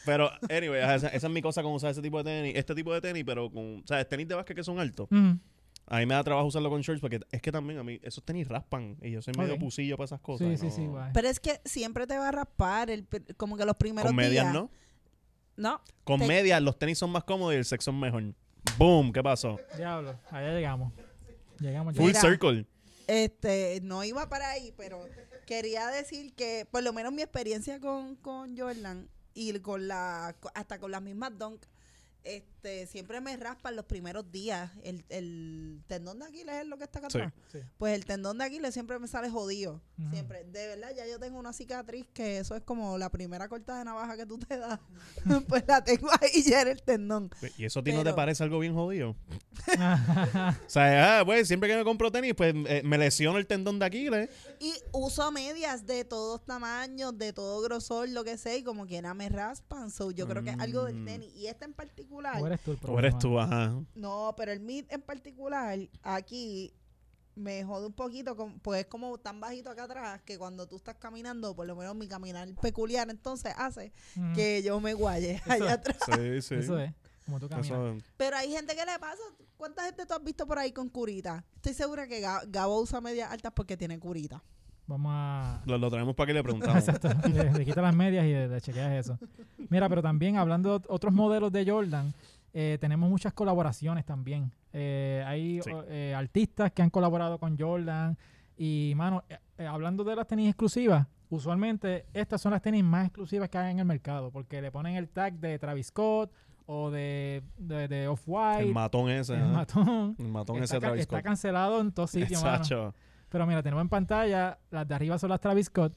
Pero, anyway, ajá, esa, esa es mi cosa con usar ese tipo de tenis. Este tipo de tenis, pero con. O sea, tenis de básquet que son altos. Mm. A mí me da trabajo usarlo con shorts porque es que también a mí esos tenis raspan. Y yo soy medio Ok. pusillo para esas cosas. Sí, sí, ¿no? sí, guay. Pero es que siempre te va a raspar el, pr- como que los primeros Con medias, días. ¿no? No, Con Te- medias los tenis son más cómodos y el sexo es mejor. ¡Boom! ¿Qué pasó? Diablo, allá llegamos. Llegamos ya. Full Mira. circle. este, no iba para ahí, pero quería decir que por lo menos mi experiencia con, con Jordan y con la co- hasta con las mismas Dunk, este, siempre me raspan los primeros días. El, el tendón de Aquiles es lo que está acá Sí. atrás. Sí. Pues el tendón de Aquiles siempre me sale jodido. Ujú. Siempre. De verdad, ya yo tengo una cicatriz que eso es como la primera corta de navaja que tú te das. <laughs> pues la tengo ahí ya en el tendón. ¿Y eso a ti no Pero- te parece algo <laughs> bien jodido? O sea, ah, pues siempre que me compro tenis, pues eh, me lesiono el tendón de Aquiles. Y uso medias de todos tamaños, de todo grosor, lo que sea, y como quiera me raspan. So, yo creo que es algo del Mm. tenis. Y este en ¿O particular, eres tú el O eres problema? tú, ajá. no, pero el mid en particular, aquí me jode un poquito, con- pues es como tan bajito acá atrás que cuando tú estás caminando, por lo menos mi caminar peculiar, entonces hace ¿eh? Ujú. que yo me guaye allá atrás. <laughs> Sí, sí. Eso es, como tú caminas. Eso es. Pero hay gente que le pasa. ¿Cuánta gente tú has visto por ahí con curita? Estoy segura que Ga- Gabo usa medias altas porque tiene curita. Vamos a... Lo, lo traemos para que le preguntamos. <laughs> <laughs> Exacto. Le, le quitas las medias y le, le chequeas eso. Mira, pero también hablando de ot- otros modelos de Jordan, eh, tenemos muchas colaboraciones también. Eh, hay Sí. o- eh, artistas que han colaborado con Jordan. Y, mano, eh, eh, hablando de las tenis exclusivas, usualmente estas son las tenis más exclusivas que hay en el mercado, porque le ponen el tag de Travis Scott o de, de, de Off-White, El matón ese. el ajá. matón. El matón está, ese de ca- Travis está Scott. cancelado en todos sitios, mano. Exacto. Pero mira, tenemos en pantalla, las de arriba son las Travis Scott,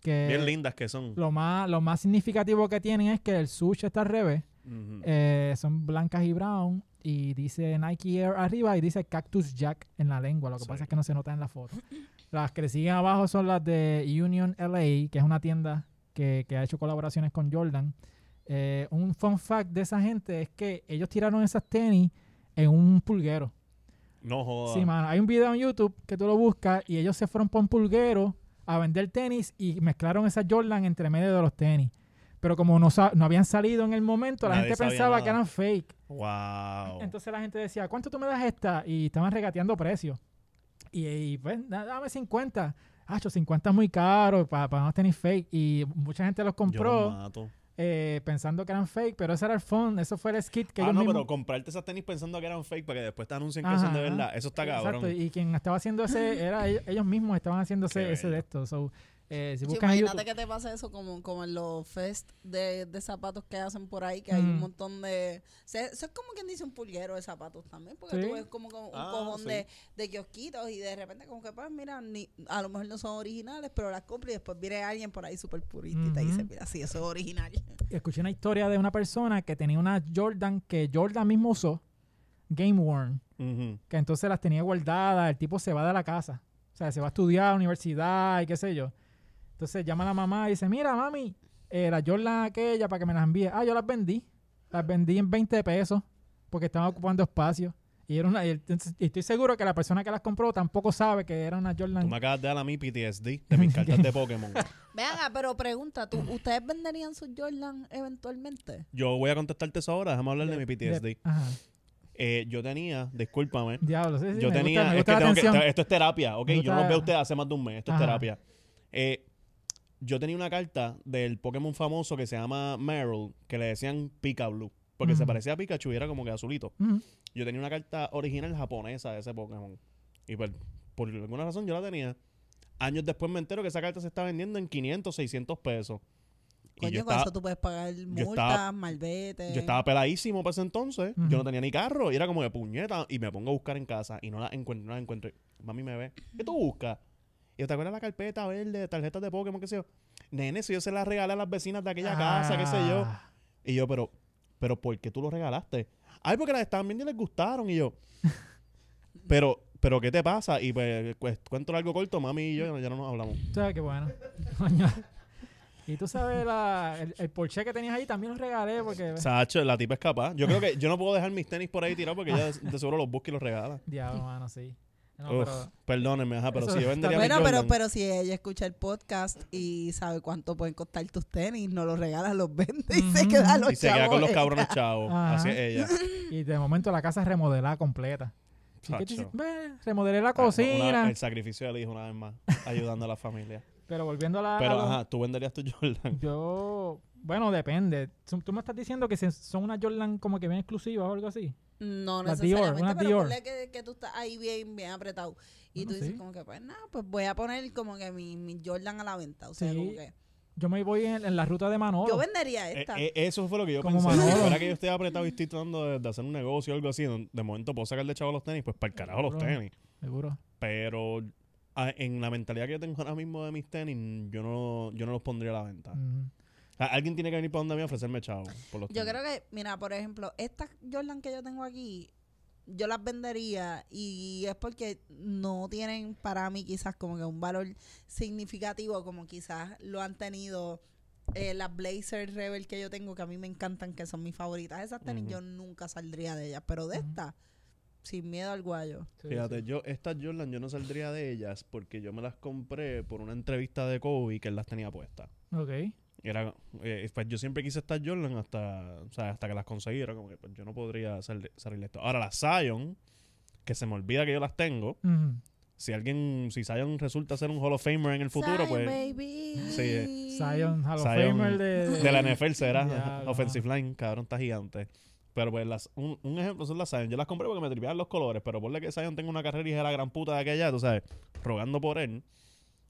que Bien lindas que son. Eh, lo más, lo más significativo que tienen es que el sushi está al revés. Ujú. Eh, son blancas y brown. Y dice Nike Air arriba y dice Cactus Jack en la lengua. Lo que Sí. pasa es que no se nota en la foto. <laughs> Las que le siguen abajo son las de Union LA, que es una tienda que, que ha hecho colaboraciones con Jordan. Eh, un fun fact de esa gente es que ellos tiraron esas tenis en un pulguero. No joda. Sí, mano. Hay un video en YouTube que tú lo buscas y ellos se fueron por un pulguero a vender tenis y mezclaron esas Jordan entre medio de los tenis. Pero como no, sa- no habían salido en el momento, la Nadie gente sabía pensaba nada. que eran fake. wow. Entonces la gente decía, ¿cuánto tú me das esta? Y estaban regateando precios. Y, y, pues, na- dame 50. Hacho, 50 es muy caro para, para unos tenis fake. Y mucha gente los Yo los compró mato. eh, pensando que eran fake, pero ese era el phone, eso fue el skit que ah, ellos no, mismos- pero comprarte esas tenis pensando que eran fake para que después te anuncien que Ajá. son de verdad. Eso está cabrón. Exacto, y quien estaba haciendo ese, era ellos, ellos mismos estaban haciendo ese, Qué ese bello. de esto. So, eh, si Sí, buscas en imagínate YouTube, que te pasa eso como, como en los fest de, de zapatos que hacen por ahí, que hay Mm. un montón de... se- Eso es como quien dice un pulguero de zapatos también, porque Sí. tú ves como, como un Ah, cojón sí. de, de kiosquitos y de repente como que, pues mira, ni, a lo mejor no son originales, pero las compras y después viene alguien por ahí súper purista y te dice, Ujú. mira, sí, eso es original. escuché una historia de una persona que tenía una Jordan que Jordan mismo usó, Game Worn, Ujú. que entonces las tenía guardadas, el tipo se va de la casa, o sea, se va a estudiar a la universidad y qué sé yo. Entonces llama a la mamá y dice, mira mami, eh, la Jordan aquella para que me las envíe. Ah, yo las vendí, las vendí en 20 pesos porque estaban ocupando espacio. Y, era una, y entonces- y estoy seguro que la persona que las compró tampoco sabe que era una Jordan Tú me acabas de dar a mí PTSD <laughs> de mis cartas de Pokémon. <laughs> Vean, ah, pero pregunta, ¿tú, ¿ustedes venderían sus Jordan eventualmente? Yo voy a contestarte eso ahora. Déjame hablar de, mi PTSD. de- ajá. Eh, yo tenía, discúlpame. Diablo, sí, sí, yo me gusta- tenía. me es gusta que la tengo que- atención. esto es terapia, ¿ok? Me Yo no los gusta- veo a ustedes hace más de un mes. Esto Ajá. es terapia. Eh, yo tenía una carta del Pokémon famoso que se llama Meryl, que le decían Pika Blue. Porque se Ujú. parecía a Pikachu y era como que azulito. Ujú. Yo tenía una carta original japonesa de ese Pokémon. Y pues, por alguna razón yo la tenía. Años después me entero que esa carta se está vendiendo en 500, 600 pesos. Y Coño, yo con estaba, eso tú puedes pagar multas, estaba- malvete. yo estaba peladísimo para ese entonces. Yo Ujú. no tenía ni carro. Y era como de puñeta. Y me pongo a buscar en casa. Y no la encuentro, no la encuentro. Mami me ve. ¿Qué tú buscas? Y yo, te acuerdas la carpeta verde, de tarjetas de Pokémon, qué sé yo. Nene, si yo se la regalé a las vecinas de aquella casa, qué sé yo. Ah, Y yo, pero, pero ¿por qué tú lo regalaste? Ay, porque las estaban viendo y les gustaron. <laughs> Y yo, pero, pero ¿qué te pasa? Y pues, cu- cuento algo corto, mami y yo ya no nos hablamos. tú sabes qué bueno. <laughs> Coño. y tú sabes, la, el, el Porsche que tenías ahí también lo regalé porque... Sacho, la tipa es capaz. Yo <laughs> creo que yo no puedo dejar mis tenis por ahí tirados porque <laughs> ella de, de seguro los busca y los regala. Diablo, mano, sí. No, Uf, pero- perdónenme, ajá, pero eso si yo está- vendería mis Bueno, Pero, pero, Jordan- pero si ella escucha el podcast y sabe cuánto pueden costar tus tenis, no los regalas, los vende y se Ujú. queda los y se queda con los chavos. cabrones chavos. eh, Ajá. Así es ella. y de momento la casa es remodelada completa. Y que tú dices, Sacho. "Ve, remodelé la Ah, una- <laughs> cocina. el sacrificio del hijo, una vez más, ayudando a <laughs> la familia. Pero volviendo a la... a Pero los- ajá, tú venderías tu Jordan. Yo... Bueno, depende. Tú tú me estás diciendo que se- son unas Jordan como que bien exclusivas o algo así. No Las necesariamente, Dior, unas pero Dior. ponle que, que tú estás ahí bien, bien apretado. Y Bueno, tú dices sí. como que, pues nada, pues voy a poner como que mi, mi Jordan a la venta. O sea, Sí. como que Yo me voy en, en la ruta de Manolo. yo vendería Eh, esta. eh, eso fue lo que yo Como pensé. Manolo. Si fuera que yo estoy apretado y estoy tratando de, de hacer un negocio o algo así, de, de momento puedo sacarle chavo los tenis, pues para el carajo los Seguro. tenis. Seguro. Pero ah, en la mentalidad que yo tengo ahora mismo de mis tenis, yo no, yo no los pondría a la venta. Ujú. O sea, alguien tiene que venir para donde mí a ofrecerme chavo por los Yo tenis. creo que, mira, por ejemplo, estas Jordan que yo tengo aquí, yo las vendería y es porque no tienen para mí quizás como que un valor significativo como quizás lo han tenido eh, las Blazer Rebel que yo tengo que a mí me encantan, que son mis favoritas. Esas tenis Ujú. yo nunca saldría de ellas, pero de Ujú. estas, sin miedo al guayo. Sí, Fíjate, sí. yo estas Jordan yo no saldría de ellas porque yo me las compré por una entrevista de Kobe que él las tenía puestas. Ok. Era, eh, pues yo siempre quise estas Jordan hasta, o sea, hasta que las conseguí. Era como que pues, yo no podría salir, salir de esto. Ahora las Zion, que se me olvida que yo las tengo. Ujú. si alguien, si Zion resulta ser un Hall of Famer en el futuro, pues sí, eh, <laughs> Zion Hall of Zion Famer de, Ah, de la NFL <laughs> Ya, será ajá. offensive line, cabrón, está gigante. Pero pues las, un, un ejemplo son las Zion. Yo las compré porque me tripeaban los colores, pero ponle que Zion tenga una carrera y es la gran puta de aquella, tú sabes, rogando por él.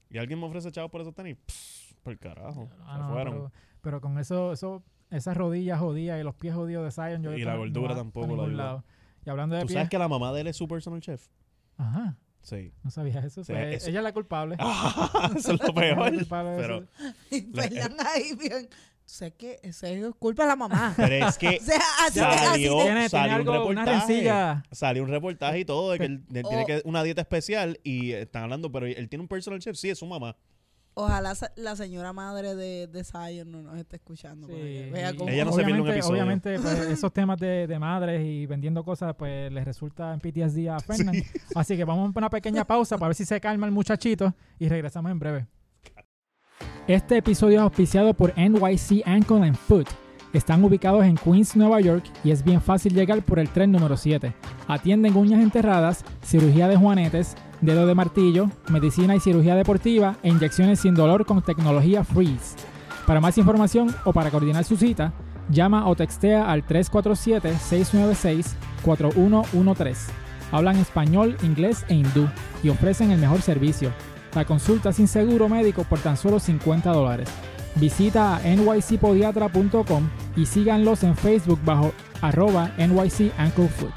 Y alguien me ofrece chavos por esos tenis, pff, por el carajo, Ah, se no, fueron. Pero, pero con eso, eso, esas rodillas jodidas y los pies jodidos de Zion, yo Y creo la que no gordura va tampoco pa' lo ningún ayuda. lado. Y hablando de ¿Tú pies, sabes que la mamá de él es su personal chef? ajá, Sí. No sabía eso. Sí, pues, eso- Ella es la culpable. <laughs> eso es Ella es lo la peor. culpable de Pero, eso. Y La- pelean ahí bien. O sea, es que eso es culpa de <laughs> la mamá. pero es que O sea, así es así. salió, de- Tiene- tiene salió algo, un una reportaje. rencilla. Salió un reportaje y todo de que él, él tiene Oh. que una dieta especial y están hablando, pero él tiene un personal chef, sí, es su mamá. Ojalá sa- la señora madre de, de Zion no nos esté escuchando. para que Sí, vea y- cómo- Ella no se pierde un obviamente- episodio. Obviamente, pues, <laughs> esos temas de, de madres y vendiendo cosas, pues les resulta en PTSD a Fernan. Así que vamos a una pequeña pausa para ver si se calma el muchachito y regresamos en breve. Este episodio es auspiciado por NYC Ankle and Foot. Están ubicados en Queens, Nueva York y es bien fácil llegar por el tren número 7. Atienden uñas enterradas, cirugía de juanetes, dedo de martillo, medicina y cirugía deportiva e inyecciones sin dolor con tecnología Freeze. Para más información o para coordinar su cita, llama o textea al 347-696-4113. Hablan español, inglés e hindú y ofrecen el mejor servicio. La consulta sin seguro médico por tan solo 50 dólares. Visita a nycpodiatra.com y síganlos en Facebook bajo arroba NYC Ankle Foot.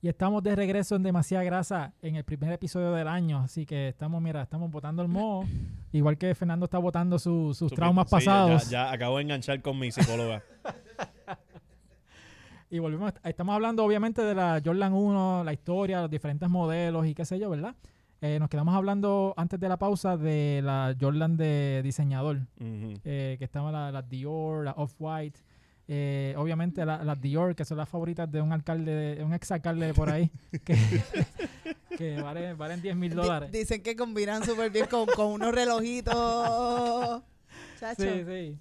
Y estamos de regreso en Demasiada Grasa en el primer episodio del año. Así que estamos, mira, estamos botando el moho. Igual que Fernando está botando su- sus Su- traumas sí, ya- pasados. Ya, ya acabo de enganchar con mi <laughs> psicóloga. Y volvemos, estamos hablando obviamente de la Jordan 1, la historia, los diferentes modelos y qué sé yo, ¿verdad? Eh, nos quedamos hablando antes de la pausa de la Jordan de diseñador, Ujú. eh, que estaban la- las Dior, las Off-White, eh, obviamente la- las Dior, que son las favoritas de un alcalde, de un ex alcalde por ahí, <laughs> que, que valen, valen 10 mil Di- dólares. Dicen que combinan súper bien con, con <laughs> unos relojitos. Chacho. Sí, sí.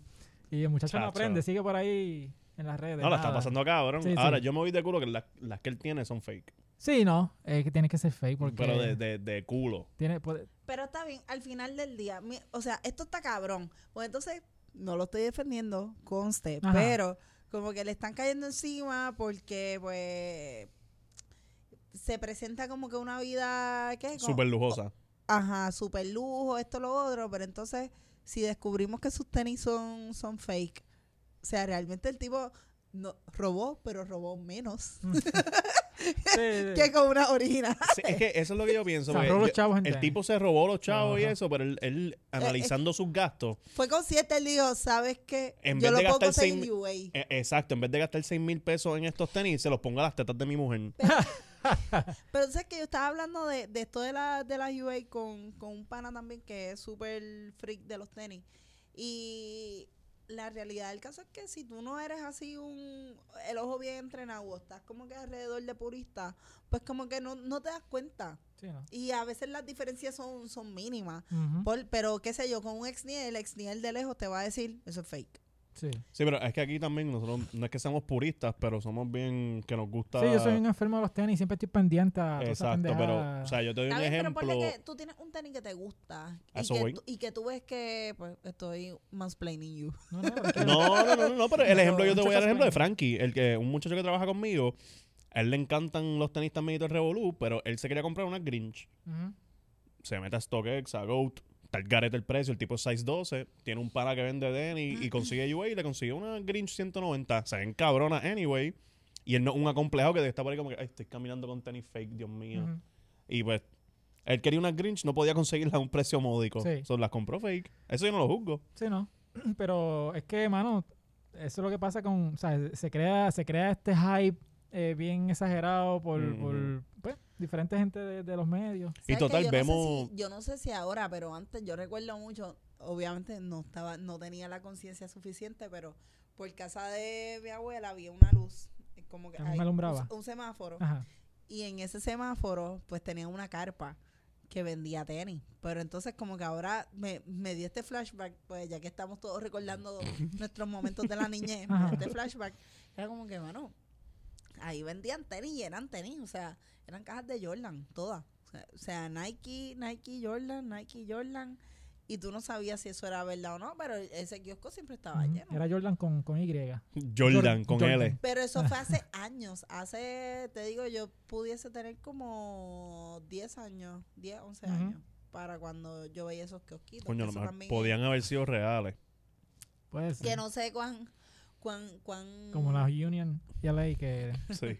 Y el muchacho no Chacho. aprende, sigue por ahí en las redes. No, la está nada. pasando acá, cabrón. Sí, sí. Ahora, yo me voy de culo que las, las que él tiene son fake. Sí, no, eh, que tiene que ser fake porque... Pero de, de, de culo. tiene, puede- Pero está bien, al final del día, mi- o sea, esto está cabrón. Pues entonces, no lo estoy defendiendo, conste, Ajá. pero como que le están cayendo encima porque, pues, se presenta como que una vida, ¿qué? Como- Súper lujosa. Ajá, super lujo, esto, lo otro, pero entonces, si descubrimos que sus tenis son, son fake, o sea, realmente el tipo no, robó, pero robó menos sí, sí. que con una original. <laughs> Sí, es que eso es lo que yo pienso. O sea, porque robó los yo- chavos en el tenis. tipo se robó los chavos y Ajá. eso, pero él, él, analizando sus gastos, Fue con siete, él dijo, ¿sabes qué? En Yo vez lo de puedo gastar seis conseguir mil- UA. e- exacto, en vez de gastar 6 mil pesos en estos tenis, se los pongo a las tetas de mi mujer. Pero sabes que yo estaba hablando de, de esto de la, de la UA con, con un pana también que es súper freak de los tenis. Y la realidad del caso es que si tú no eres así un el ojo bien entrenado, o estás como que alrededor de puristas, pues como que no, no te das cuenta. Sí, no. Y a veces las diferencias son, son mínimas. Ujú. Por- pero qué sé yo, con un ex niel, el ex niel de lejos te va a decir, eso es fake. Sí. Sí, pero es que aquí también nosotros no es que seamos puristas, pero somos bien que nos gusta. Sí, yo soy un enfermo de los tenis, siempre estoy pendiente a todas esas Exacto, pero, pendejadas. o sea, yo te doy un Está bien, pero ejemplo. ponle que tú tienes un tenis que te gusta A y, eso que, voy. tú- y que tú ves que pues, estoy mansplaining you. No, no, <laughs> tranquilo. No, no, no, no, no, pero <laughs> el No, ejemplo, yo te voy a dar el muchachos ejemplo de Frankie, el que un muchacho que trabaja conmigo, a él le encantan los tenis también y todo el revolú, pero él se quería comprar una Grinch. Ujú. Se mete a StockX, a Goat, tal garete el precio, el tipo es 612, tiene un pana que vende tenis y consigue UA y le consigue una Grinch 190, se ven cabrona anyway, y él no es un acomplejado que está por ahí como que, "Ay, estoy caminando con tenis fake, Dios mío. Ujú. Y pues, él quería una Grinch, no podía conseguirla a un precio módico. Sí. So, las compró fake. Eso yo no lo juzgo. Sí, no. <clears throat> Pero es que, mano, eso es lo que pasa con. O sea, se crea, se crea este hype eh, bien exagerado por, Ujú. por pues, diferente gente de, de los medios. Y ¿Sabes total, qué? Yo No vemos- sé si- yo no sé si ahora, pero antes yo recuerdo mucho, obviamente no estaba, no tenía la conciencia suficiente, pero por casa de mi abuela había una luz, eh, como que Que a mí ay, me alumbraba. Un, un semáforo. Ajá. Y en ese semáforo, pues tenían una carpa que vendía tenis. Pero entonces como que ahora me, me dio este flashback, pues ya que estamos todos <laughs> recordando nuestros momentos de la niñez, me dio este flashback, era como que, mano, ahí vendían tenis y eran tenis, o sea, eran cajas de Jordan, todas. O sea, o sea, Nike, Nike Jordan, Nike Jordan. Y tú no sabías si eso era verdad o no, pero ese kiosco siempre estaba Ujú. lleno. Era Jordan con, con Y. Jordan con Jordan. L. Pero eso fue hace <laughs> años. Hace, te digo, yo pudiese tener como 10 años, 10, 11 Ujú. años, para cuando yo veía esos kiosquitos. Coño, a que lo eso mejor <laughs> también es- podían haber sido reales. Puede ser. Que no sé cuán, cuán, cuán, Como la Union y LA que... Sí.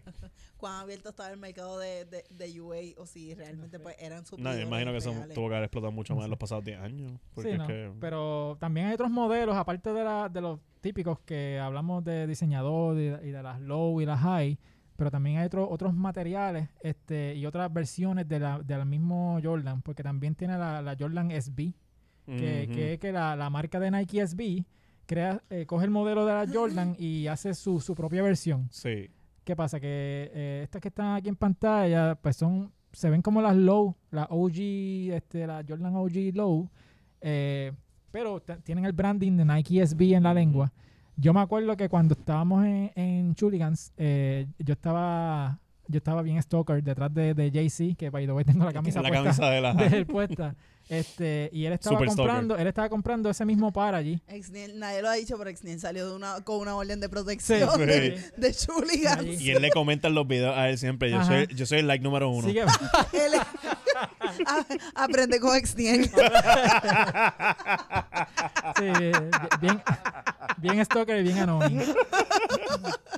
cuán abierto estaba el mercado de, de, de UA o si realmente pues eran No, suplidores yo imagino que eso reales. tuvo que haber explotado mucho más en los pasados 10 años. Porque Sí, es no, que. Pero también hay otros modelos, aparte de, la, de los típicos que hablamos de diseñador y de, y de las low y las high, pero también hay otros otros materiales este y otras versiones de la, del mismo Jordan, porque también tiene la, la Jordan SB, que, Ujú. que es que la, la marca de Nike SB crea, eh, coge el modelo de la Jordan y hace su, su propia versión. Sí. ¿Qué pasa? Que eh, estas que están aquí en pantalla, pues son, se ven como las low, las OG, este, la Jordan OG low, eh, pero t- tienen el branding de Nike SB en la lengua. Yo me acuerdo que cuando estábamos en, en Chuligans, eh, yo estaba yo estaba bien stalker detrás de, de Jay-Z, que by the way tengo <laughs> la camisa la puesta camisa de la. <laughs> de él puesta. Este, y él estaba Super stalker. comprando, él estaba comprando ese mismo par allí. Exniel- nadie lo ha dicho, pero Exniel salió de una, con una orden de Sí. protección de, de Chuligan. Allí. <laughs> Y él le comenta en los videos a él siempre. Yo, Ajá. soy, yo soy el like número uno. <laughs> Sigue- <laughs> Él es- a- aprende con Exniel. Sí, eh, bien, bien stalker y bien anónimo.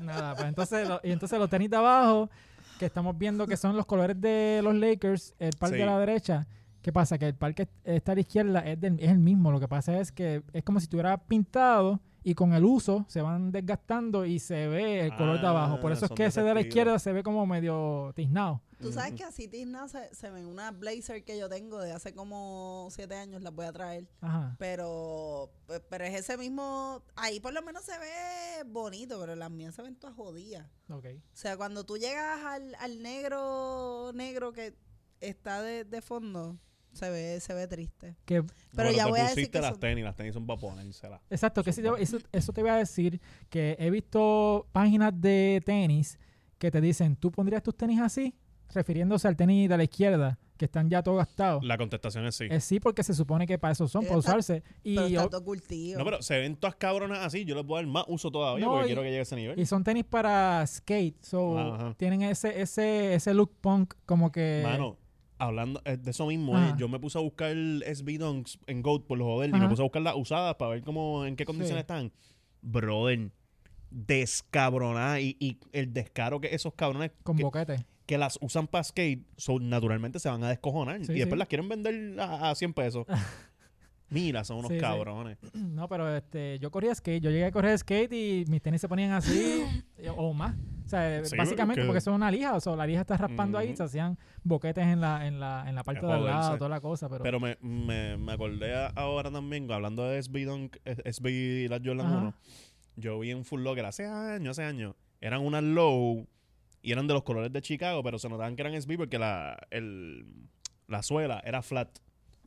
Nada, pues entonces, lo- y entonces los tenis de abajo, que estamos viendo que son los colores de los Lakers, el par Sí. de la derecha. ¿Qué pasa? Que el par que está a la izquierda es, del- es el mismo. Lo que pasa es que es como si estuviera pintado y con el uso se van desgastando y se ve el color de abajo. Por Ah, eso es son que ese de la desactivos. izquierda se ve como medio tiznado. Tú sabes que así Tizna se, se ven una blazer que yo tengo de hace como siete años, las voy a traer. Ajá. Pero, pe- pero es ese mismo, ahí por lo menos se ve bonito, pero las mías se ven todas jodidas. Ok. O sea, cuando tú llegas al, al negro, negro que está de, de fondo, se ve, se ve triste. Que Pero Bueno, ya te voy a decir pusiste que las son- tenis. Las tenis son para ponérselas. Exacto, que eso, te- eso, eso te voy a decir que he visto páginas de tenis que te dicen, ¿tú pondrías tus tenis así? Refiriéndose al tenis de la izquierda, que están ya todos gastados. La contestación es sí. Es sí, porque se supone que para eso son, para Está- usarse. Y, pero está o- todo cultivo. No, pero se ven todas cabronas así. Yo les voy a dar más uso todavía No, porque y- quiero que llegue a ese nivel. y son tenis para skate, so Ajá. tienen ese, ese, ese look punk como que... Mano, hablando eh, de eso mismo, Ajá. eh, yo me puse a buscar SB Dunks en Goat por los joder y me Ah. Ajá. puse a buscar las usadas para ver cómo, en qué condiciones Sí. están. Brother, descabronada y, y el descaro que esos cabrones con que, boquete. que las usan para skate, so, naturalmente se van a descojonar Sí, y después sí. las quieren vender a, a 100 <laughs> pesos. Mira, son unos Sí, sí. cabrones. No, pero este, yo corría skate, yo llegué a correr skate y mis tenis se ponían así eh, o más. O sea, Sí, básicamente porque- porque son una lija, o sea, la lija está raspando ahí, Ujú. se hacían boquetes en la, en la, en la parte Es de al joderse. lado, toda la cosa, pero, Pero me, me, me acordé a- ahora también, hablando de SB Dunk, eh, SB la Jordan Ajá. 1, yo vi en Full Locker hace años, hace años, eran unas low y eran de los colores de Chicago, pero se notaban que eran SB porque la, el, la suela era flat,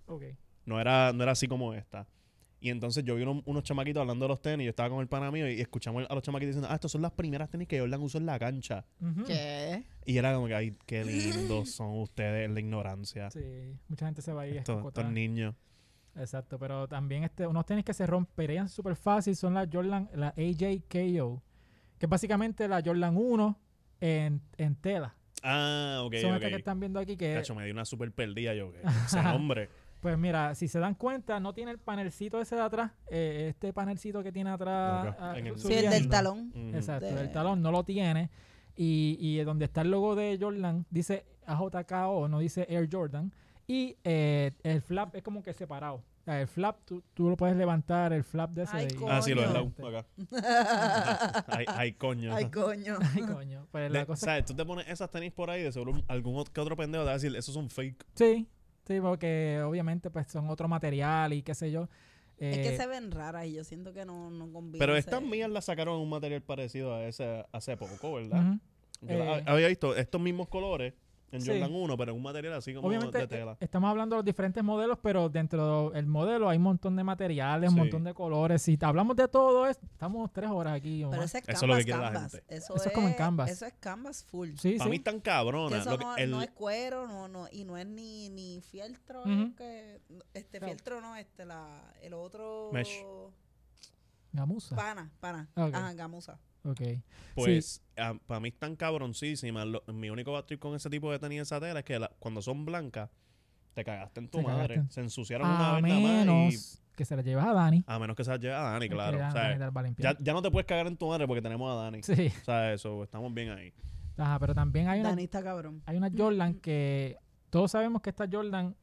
ok. no era, no era así como esta. Y entonces yo vi uno- unos chamaquitos hablando de los tenis, yo estaba con el pana mío y, y escuchamos a los chamaquitos diciendo, ah, estas son las primeras tenis que Jordan usó en la cancha. Ujú. ¿Qué? Y era como que, ay, <laughs> qué lindos son ustedes en la ignorancia. Sí, mucha gente se va a ir a Estos, estos escocotar. niños. Exacto, pero también este, unos tenis que se romperían súper fácil son la Jordan, la AJ KO, que es básicamente la Jordan 1 en, en tela. Ah, ok, son ok. estas que están viendo aquí que Cacho, me di una super perdida yo. Que <laughs> ese nombre. Pues mira, si se dan cuenta, no tiene el panelcito ese de atrás, eh, este panelcito que tiene atrás. Acá, ah, en el- Sí, el del subiendo. talón. Ujú. Exacto, De- el talón no lo tiene. Y, y donde está el logo de Jordan, dice AJKO, no dice Air Jordan. Y eh, el flap es como que separado. O sea, el flap, tú, tú lo puedes levantar, el flap de ese. Este, Ay, de ahí. coño. Ah, sí, lo del lado. Diferente. Acá. <laughs> Ay, ay, coño. Ay, <laughs> coño. Ay, coño. Pues la Le- cosa es- ¿Sabes? Tú te pones esas tenis por ahí, de seguro algún ot- que otro pendejo te va a decir, esos son fake. Sí, sí, porque obviamente pues son otro material y qué sé yo. Es Eh, que se ven raras y yo siento que no, no conviene. Pero ese- estas mías las sacaron en un material parecido a ese hace poco, ¿verdad? ujú. Yo las Eh. hab- había visto estos mismos colores en Sí. Jordan 1, pero en un material así como Obviamente de tela. eh, estamos hablando de los diferentes modelos, pero dentro del modelo hay un montón de materiales, un Sí. montón de colores. Si hablamos de todo esto, estamos tres horas aquí. o Pero más. ese es Eso canvas, es lo que quiere la canvas. gente. Eso, Eso es como en canvas. Eso es canvas full. Sí, Para mí sí. están Que cabronas. eso lo que- no, el- no es cuero no, no, y no es ni, ni fieltro. Ujú. que- este Claro. fieltro no, este, la, el otro... Mesh. Gamuza. Pana, pana. Ah, Ok. Ajá, gamuza. Ok. Pues, para mí están cabroncísimas. Lo- mi único battle con ese tipo de tenis de esa tela es que la- cuando son blancas, te cagaste en tu Te madre. cagaste. Se ensuciaron A una vez nada más. Y, menos que se la lleves a Dani. a menos que se las lleve a Dani, claro. Que o Dani sea, te las va a limpiar. ya, ya no te puedes cagar en tu madre porque tenemos a Dani. Sí. O sea, eso, estamos bien ahí. Ajá, pero también hay una, Dani está cabrón. hay una Jordan que todos sabemos que estas Jordan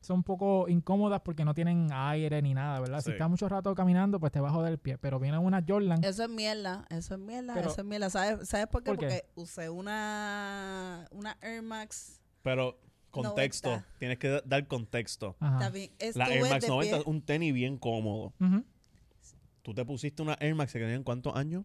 son un poco incómodas porque no tienen aire ni nada, ¿verdad? Sí. Si estás mucho rato caminando, pues te va a joder el pie. Pero vienen unas Jordan. Eso es mierda, eso es mierda, Pero- eso es mierda. ¿Sabes, ¿sabes por, qué? ¿Por qué? Porque usé una, una Air Max. Pero contexto, 90. tienes que da- dar contexto. Ajá. También estuve La Air Max uh. de 90 pie. es un tenis bien cómodo. Ujú. Tú te pusiste una Air Max que tenían cuántos años?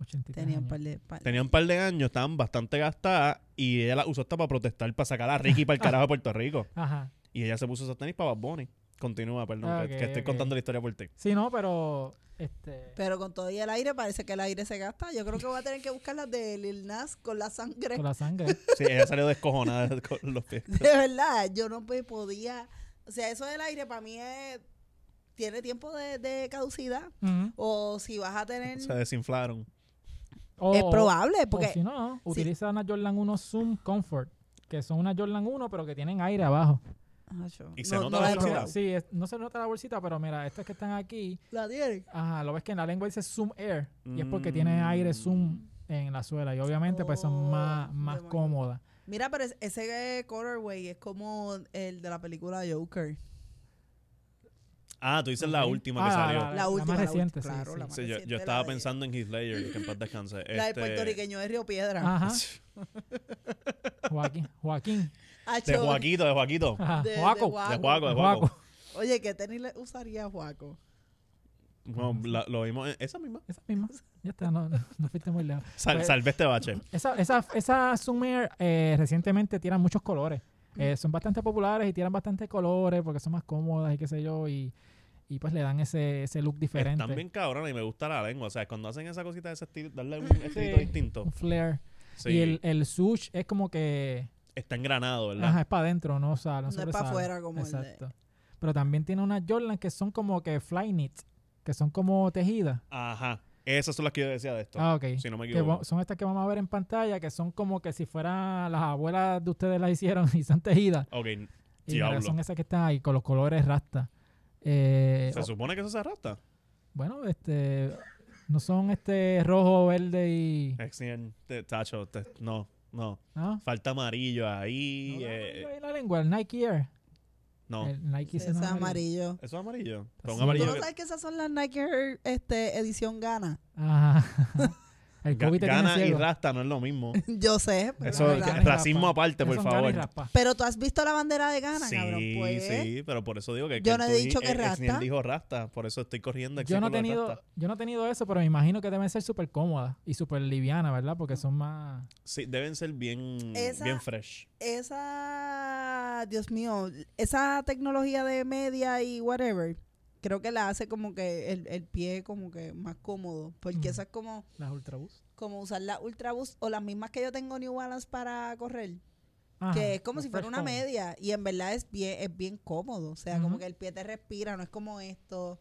83 Tenía un años. par de... par- Tenían un par de años, estaban bastante gastadas y ella la usó hasta para protestar, para sacar a Ricky <laughs> para el carajo de Puerto Rico. Ajá. Y ella se puso esos tenis para Bad Bunny. Continúa, perdón, Ah, que, ok, que estoy ok. contando la historia por ti. Sí, no, pero... Este, Pero con todo y el aire parece que el aire se gasta. Yo creo que voy a tener que buscar las de Lil Nas con la sangre. con la <laughs> sangre. Sí, ella salió descojonada <laughs> con los pies. De verdad, yo no me podía... O sea, eso del aire para mí es- tiene tiempo de, de caducidad. Ujú. O si vas a tener... Se desinflaron. O- <laughs> es probable, o porque... si no, utiliza una Jordan 1 Zoom Comfort, que son una Jordan 1 pero que tienen aire abajo. Ah, yo- Y se nota la la, he Pero, bolsita. probado. sí, es- no se nota la bolsita, pero mira, estas que están aquí, La tienen. Ajá, lo ves que en la lengua dice Zoom Air y es porque Mm. tiene aire Zoom en la suela y obviamente pues son Oh, más, de más acuerdo. cómodas. Mira, pero es- ese colorway es como el de la película Joker. Ah, tú dices la Ok. última que Ah, salió. La- La, la más última. reciente, la sí, última, claro, sí. la más Sí, yo, reciente, yo estaba la de- pensando en Heath Ledger, que en paz descanse. La del Este, puertorriqueño de Río <laughs> Piedra. Ajá. Joaquín, Joaquín. Ah, De yo- Joaquito, de Joaquito. Ajá, <laughs> de- de Joaco. De Juaco, de Juaco. Juaco. Oye, ¿qué tenis le usaría Juaco? Bueno, la- lo vimos en- esa misma. Esa misma. Ya está, no, no, no fuiste muy lejos. Sal- Pues- salvé este bache. Esa, esa, esa Zoom Air eh, recientemente tiran muchos colores. Eh, son bastante populares y tiran bastante colores porque son más cómodas y qué sé yo y, y pues le dan ese, ese look diferente. Están bien cabronas y me gusta la lengua. O sea, cuando hacen esa cosita de ese estilo, darle un estilito Sí. distinto. Un flair. Sí. Y el, el swoosh es como que Está engranado, ¿verdad? Ajá, es para adentro, no, sale, no, No es pa' sobresale. afuera como el de- Exacto. Pero también tiene unas Jordan que son como que fly knit, que son como tejidas. Ajá. Esas son las que yo decía de esto. Ah, ok. Si no me Que equivoco. va- son estas que vamos a ver en pantalla, que son como que si fuera las abuelas de ustedes las hicieron <laughs> y son tejidas. Ok. Y mira, Diablo. son esas que están ahí con los colores rasta. Eh, Se supone que eso se arrastra. bueno, este no son este rojo, verde y Excelente, Tacho, te- no, no. ¿no? Falta amarillo No, ahí. no, eh, amarillo ahí en la lengua, el Nike Air. no. El Nike Ese se nos es abre. amarillo. Eso es amarillo. Pero Así. un ¿Tú amarillo. no que- sabes que esas son las Nike Air este, edición Gana? <laughs> <laughs> Ajá. El Ga- COVID te tiene Gana y ciego. rasta no es lo mismo. Yo sé. pero Eso es es Gana verdad. y racismo raspa. aparte, por Esos son ganas y favor. raspas. Pero tú has visto la bandera de Ghana, cabrón. Sí, Pues, sí, pero por eso digo que. Yo no he tú di- dicho que eh, Exniel rasta. dijo rasta, por eso estoy Yo corriendo. Exniel no, he con lo de tenido, rasta. yo no he tenido eso, pero me imagino que deben ser súper cómodas y súper livianas, ¿verdad? Porque son más... Sí, deben ser bien, Esa- bien fresh. Esa, Dios mío, esa tecnología de media y whatever, creo que la hace como que el, el pie como que más cómodo, porque Ujú. eso es como, Las Ultraboost. como usar la Ultra Boost o las mismas que yo tengo New Balance para correr, que es como si fuera una media y en verdad es bien, es bien cómodo, o sea, como Ujú. que el pie te respira, no es como esto.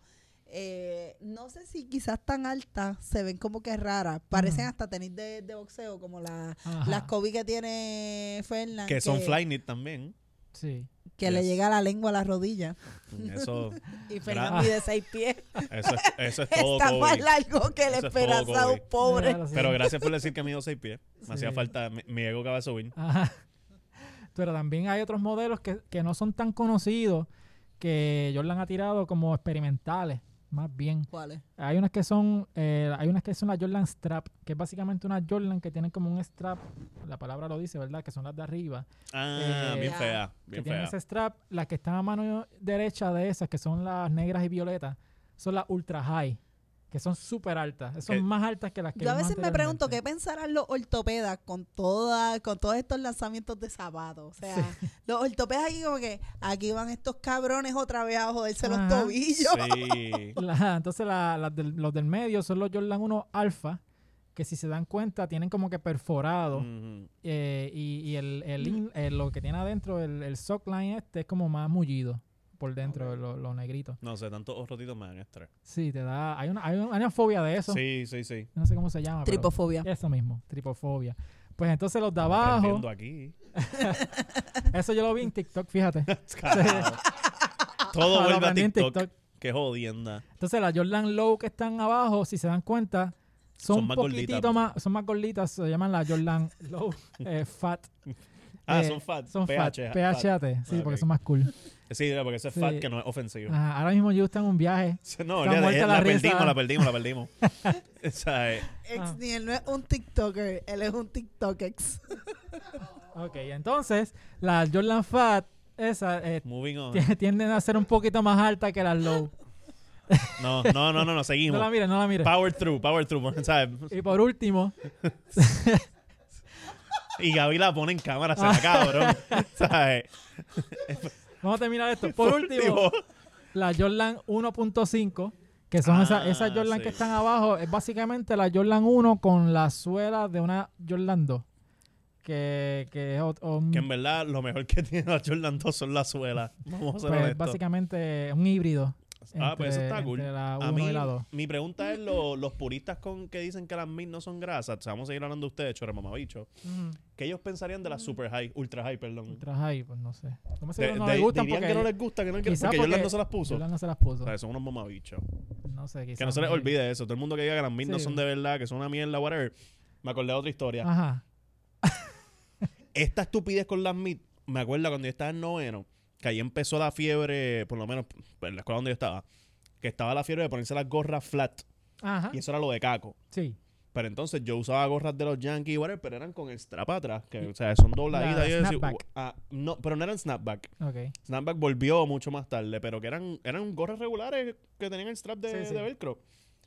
Eh, no sé si quizás tan alta se ven como que raras, parecen Ujú. hasta tenis de, de boxeo, como la- las Kobe que tiene Fernan. Que son Flyknit también. Sí. que le Yes. llega la lengua a la rodilla. Eso, Y Gra- Fernan mide <laughs> seis pies. eso, es, eso es todo. <laughs> Está más Kobe. largo que la Eso es todo, esperanza de un Kobe. pobre. Claro, sí. Pero gracias por decir que mido seis pies. Me Sí. hacía falta. Mi, mi ego acaba de subir. Ajá. Ah, Pero también hay otros modelos que, que no son tan conocidos que Jordan ha tirado como experimentales, más bien. ¿Cuál es? Hay unas que son, eh, hay unas que son las Jordan Strap, que es básicamente una Jordan que tienen como un strap, la palabra lo dice, ¿verdad? Que son las de arriba. Ah, Eh, bien ya. fea. que Bien tienen fea. ese strap, las que están a mano derecha de esas, que son las negras y violetas, son las ultra high, que son súper altas. Son Que- más altas que las que Yo a vimos veces me pregunto qué anteriormente. pensarán los ortopedas con toda, con todos estos lanzamientos de zapatos. O sea, los ortopedas aquí como que aquí van estos cabrones otra vez a joderse Ajá. <laughs> los tobillos. Sí. La- <laughs> entonces la- las del- los del medio son los Jordan 1 Alpha, que si se dan cuenta tienen como que perforado Ujú. eh, y, y el, el in- eh, lo que tiene adentro, el, el sock line este, es como más mullido por dentro, lo, lo negrito. No sé, tantos ojos rotitos me dan estrés. Sí, te da... Hay una, hay una, hay una fobia de eso. Sí, sí, sí. Ah, No sé cómo se llama. pero- Tripofobia. Eso mismo, tripofobia. Pues entonces los de abajo, <laughs> Aprendiendo aquí. eso yo lo vi en TikTok, <laughs> fíjate. <laughs> Todo Ahora vuelve a aprendí en TikTok. TikTok. Qué jodienda. Entonces las Jordan Low que están abajo, si se dan cuenta, son, Son un más poquitito gorditas. más, son más gorditas, se llaman las Jordan Low <laughs> eh, Fat. Ah, Eh, son fat. Son fat, PH, PHAT, sí, Ah, ok. porque son más cool. Sí, porque eso es Sí. fat que no es ofensivo. Ajá, ahora mismo yo está en un viaje. <laughs> No, Está olvídate, eh, muerta la, la risa. perdimos, la perdimos, <laughs> la perdimos. O sea, eh, Ex, Ah. ni él no es un TikToker, él es un TikTokex. Ok, entonces las Jordan Fat, esas eh, moving on. ti- tienden a ser un poquito más altas que las Low. No, no, no, no, no, No la seguimos. mires, no la mires. Power through, power through, ¿sabes? Y por último, Y Gaby la pone en cámara, se la cabrón. eh, ¿Sabes? vamos a terminar <laughs> esto. Por último, la Jordan 1.5, que son Ah, esas, esas Jordan sí. que están abajo, es básicamente la Jordan 1 con la suela de una Jordan 2. Que, que es ot- un- Que en verdad lo mejor que tiene la Jordan 2 son las suelas. Vamos a ser pues, honestos. básicamente un híbrido. Ah, pues eso entre- está cool. entre la A 1 mí, y la 2. mi pregunta es lo- los puristas con que dicen que las mil no son grasas, o sea, vamos a seguir hablando de ustedes, chorre mamabicho, Mm, ¿qué ellos pensarían de las super high, ultra high, perdón? ultra high, pues no sé. ¿Cómo se De- no de- le gustan? dirían Porque que no les gusta, que no que, quizá porque Jordan porque no se las puso. Jordan no se las puso. O sea, son unos mamabichos. No sé, quizás. Que no se les maybe. olvide eso. Todo el mundo que diga que las mil no Sí. Ah. son de verdad, que son una mierda, whatever. Me acordé de otra historia. Ajá. esta estupidez con las MIT, me acuerdo cuando yo estaba en noveno, que ahí empezó la fiebre, por lo menos en la escuela donde yo estaba, que estaba la fiebre de ponerse las gorras flat. Ajá. Y eso era lo de caco. Sí. Pero entonces yo usaba gorras de los Yankees, whatever, pero eran con el strap atrás, que o sea, son dobladitas. La y yo decía, snapback. "Ua- ah, no, pero no eran snapback. Ok. Snapback volvió mucho más tarde, pero que eran, eran gorras regulares que tenían el strap de, Sí, sí. de velcro.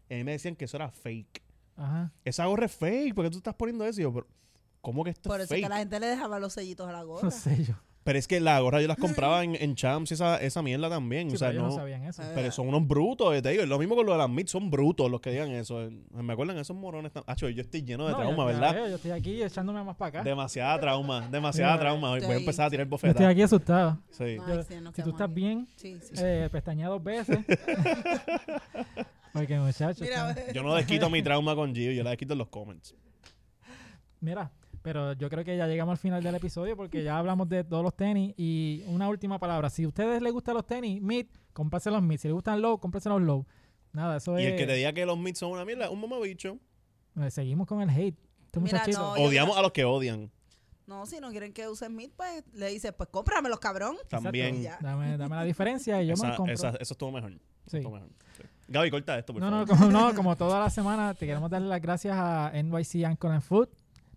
Y a mí me decían que eso era fake. Ajá. <laughs> Esa gorra es fake, ¿por qué tú estás poniendo eso? Y yo, pero, ¿cómo que esto Por es eso fake? es que la gente le dejaba los sellitos a la No <laughs> gorra. sé yo. Pero es que las gorras yo las compraba en, en Champs y esa, esa mierda también. Sí, o sea, pero ellos no no, sabían eso. Eh. pero son unos brutos, eh, te digo. Lo mismo con lo de las MIT, son brutos los que digan eso. eh. Me acuerdan esos morones. tan- Acho, yo estoy lleno de No, ya- eh, trauma, ya ¿verdad? veo, Yo estoy aquí echándome más para acá. Demasiada trauma, demasiada Mira, trauma. Voy voy a estoy- empezar a tirar Yo estoy bofetas. aquí asustado. Sí. No, Yo- ahí sí, si nos tú quedamos estás aquí. bien, Sí, sí. eh, pestañea dos <laughs> veces. Porque muchachos. Mira, eh, están- Yo no desquito mi trauma con Gio, yo la desquito en los comments. Mira, pero yo creo que ya llegamos al final del episodio porque ya hablamos de todos los tenis. Y una última palabra. Si a ustedes les gustan los tenis, mid, cómprense los mid. Si les gustan low, cómprense los low. Nada, eso Y es. el que te diga que los MIT son una mierda, un mamabicho. Eh, Seguimos con el hate. Este Mira, muchachito. no, Oye, Odiamos a los que odian no, si no quieren que usen Meet, pues le dices, pues cómpramelos, cabrón. Exacto. también. Ya. Dame, dame la diferencia y yo me Esa- lo compro. esa- eso estuvo mejor. Sí. estuvo mejor, sí. Gaby, corta esto, por No, no, favor. como, no, como toda la semana, te queremos darle las gracias a NYC Anchor and Food,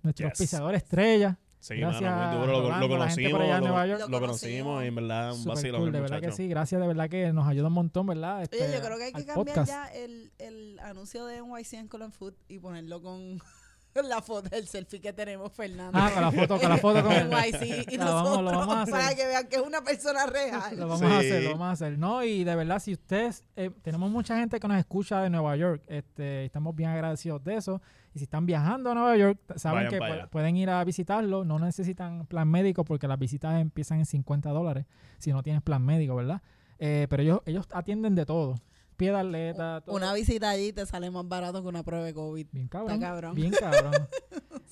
nuestro Yes. auspiciador estrella. Sí, Gracias mano, muy duro. a Lo, lo Rolando, la gente conocimos. por allá en lo- Nueva York. lo, Lo conocimos y en verdad un Super vacilón cool, el de verdad que muchacho. sí, gracias, de verdad que nos ayuda un montón, ¿verdad? Oye, Este, yo creo que hay que al cambiar podcast. ya el, el anuncio de NYC en Colon Food y ponerlo con <laughs> la foto, el selfie que tenemos Fernando. Ah, con la foto, con la <laughs> foto, con el- NYC y La vamos- nosotros, lo vamos a hacer. para que vean que es una <laughs> persona Lo real. vamos a hacer, Sí. lo vamos a hacer. No, y de verdad, si ustedes, eh, tenemos mucha gente que nos escucha de Nueva York, este, estamos bien agradecidos de eso. Y si están viajando a Nueva York, t- saben Vayan que para pu- allá. pueden ir a visitarlo, no necesitan plan médico porque las visitas empiezan en 50 dólares si no tienes plan médico, ¿verdad? Eh, pero ellos, ellos atienden de todo. Piedra, atleta, todo. Una visita allí te sale más barato que una prueba de COVID. Bien cabrón. Está cabrón. Bien cabrón.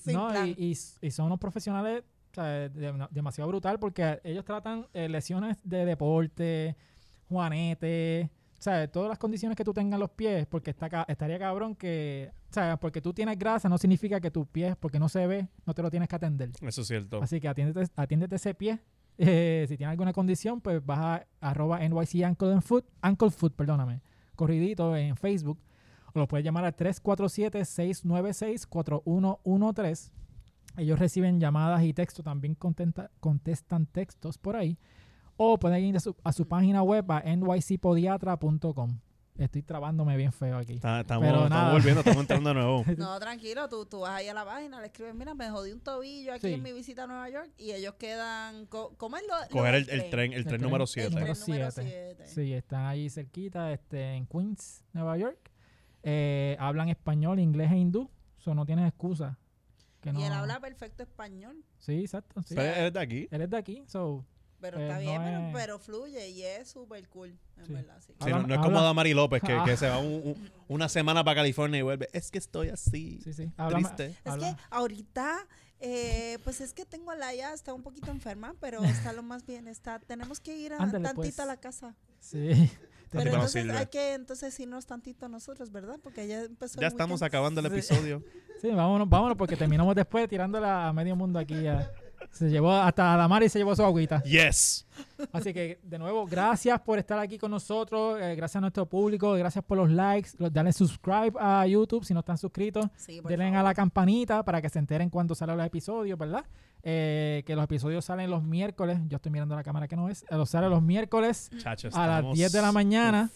Sin no, plan. y, y, y son unos profesionales o sea, de- de- demasiado brutal porque ellos tratan eh, lesiones de deporte, juanete, o sea, todas las condiciones que tú tengas en los pies, porque está ca- estaría cabrón que, o sea, porque tú tienes grasa no significa que tus pies, porque no se ve, no te lo tienes que atender. Eso es cierto. Así que atiéndete, atiéndete ese pie. <laughs> Eh, si tienes alguna condición, pues vas a arroba NYC Ankle and Foot, Ankle Foot, perdóname, corridito en Facebook. O los puedes llamar al 347-696-4113. Ellos reciben llamadas y textos, también contenta- contestan textos por ahí. O pueden ir a su, a su página web a nycpodiatra.com. Estoy trabándome bien feo aquí. Está- estamos, Pero estamos nada. volviendo, estamos entrando de nuevo. No, tranquilo, tú, tú vas ahí a la página, le escribes, mira, me jodí un tobillo aquí Sí. en mi visita a Nueva York y ellos quedan, co- ¿cómo es lo, lo Coger el, del el tren, el tren número Pues, El 7. número tren número siete. 7. Sí, están allí cerquita, este, en Queens, Nueva York. Eh, hablan español, inglés e hindú. Eso no tienes excusa. que Y él no- habla perfecto español. Sí, exacto. sí. ¿Eres de aquí? Él es de aquí, so Pero Eh, está no bien, pero, es- pero fluye y es súper cool, en Sí. Ah, verdad. Así que- Sí, no, Habla- no es como habla- Damari López, que, que Ah. se va un- un- una semana para California y vuelve. Es que estoy así. Sí, sí. Háblame- Triste. Es habla- que ahorita, eh, pues es que tengo a Laia, está un poquito enferma, <laughs> pero está lo más bien. Está, tenemos que ir a, Ándale, tantito pues. a la casa. Sí. <laughs> Pero Bueno, entonces Silvia. hay que entonces irnos tantito nosotros, ¿verdad? Porque ya empezó Ya el estamos weekend. acabando el Sí. <laughs> episodio. Sí, vámonos, vámonos, porque terminamos después tirándola a medio mundo aquí. ya. Se llevó hasta Damari se llevó su agüita. Yes. Así que, de nuevo, gracias por estar aquí con nosotros. eh, gracias a nuestro público. Gracias por los likes. Los, dale subscribe a YouTube si no están suscritos. Sí, por Denle favor. a la campanita para que se enteren cuando salen los episodios, ¿verdad? Eh, que los episodios salen los miércoles. Yo estoy mirando la cámara que no es. Eh, Los salen los miércoles Chacho, a las estamos- 10 de la mañana.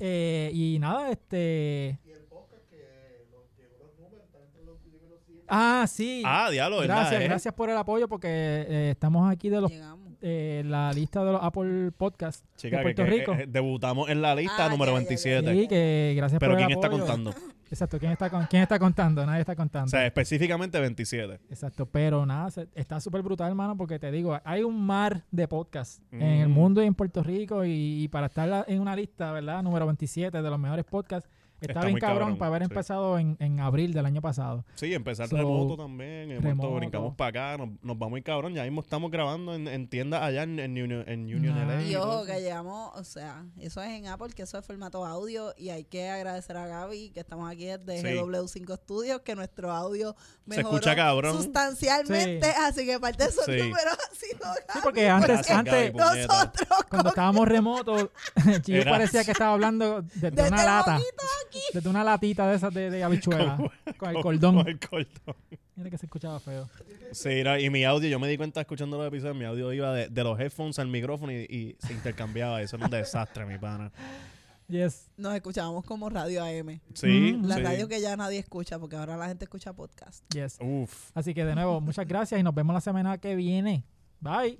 Eh, y nada, este. Y el podcast que los, llegó los números, están entre los primeros siguientes. Ah, sí. Ah, diablo, ¿verdad? gracias, eh? gracias por el apoyo porque eh, estamos aquí de los Llegamos. eh, la lista de los Apple Podcasts Chica, de que- Puerto que- Rico. eh, debutamos en la lista Ah, número ya, ya, ya, 27. ya, Sí, que gracias Pero por el ¿quién está apoyo. contando? Exacto, ¿quién está, con- quién está contando? Nadie está contando. O sea, específicamente 27. Exacto, pero nada, se- está súper brutal, hermano, porque te digo, hay un mar de podcasts en el Mm. mundo y en Puerto Rico y, y para estar la- en una lista, ¿verdad? Número 27 de los mejores podcasts. Está, Está bien muy cabrón, cabrón, para haber sí. empezado en, en abril del año pasado. Sí, empezar So, remoto también. En momento remoto. brincamos para acá, nos, nos vamos y cabrón. Ya mismo estamos grabando en, en tiendas allá en, en Union, en Union Ah. LA. Sí, Y ojo todo que eso. llegamos, o sea, eso es en Apple, que eso es formato audio y hay que agradecer a Gaby que estamos aquí desde Sí. GW5 Studios, que nuestro audio Se mejoró escucha cabrón. sustancialmente, Sí. así que parte de esos Sí. números ha sido Sí, Gaby. porque antes, Gracias, antes Gaby, por- puñeta. <laughs> <laughs> Nosotros cuando estábamos remotos, <laughs> yo Era- parecía que estaba hablando desde Desde una lata, poquito desde una latita de esas de, de habichuela, <laughs> Como- con el cordón. Con el cordón. Mira que se escuchaba feo. Sí, no, y mi audio, yo me di cuenta escuchando los episodios, mi audio iba de, de los headphones al micrófono y, y se intercambiaba. Eso era un desastre, mi pana. Yes. nos escuchábamos como radio AM, Sí, Ujú. Mm, la sí. radio que ya nadie escucha porque ahora la gente escucha podcast. Yes. Uf. Así que de nuevo, muchas gracias y nos vemos la semana que viene. Bye.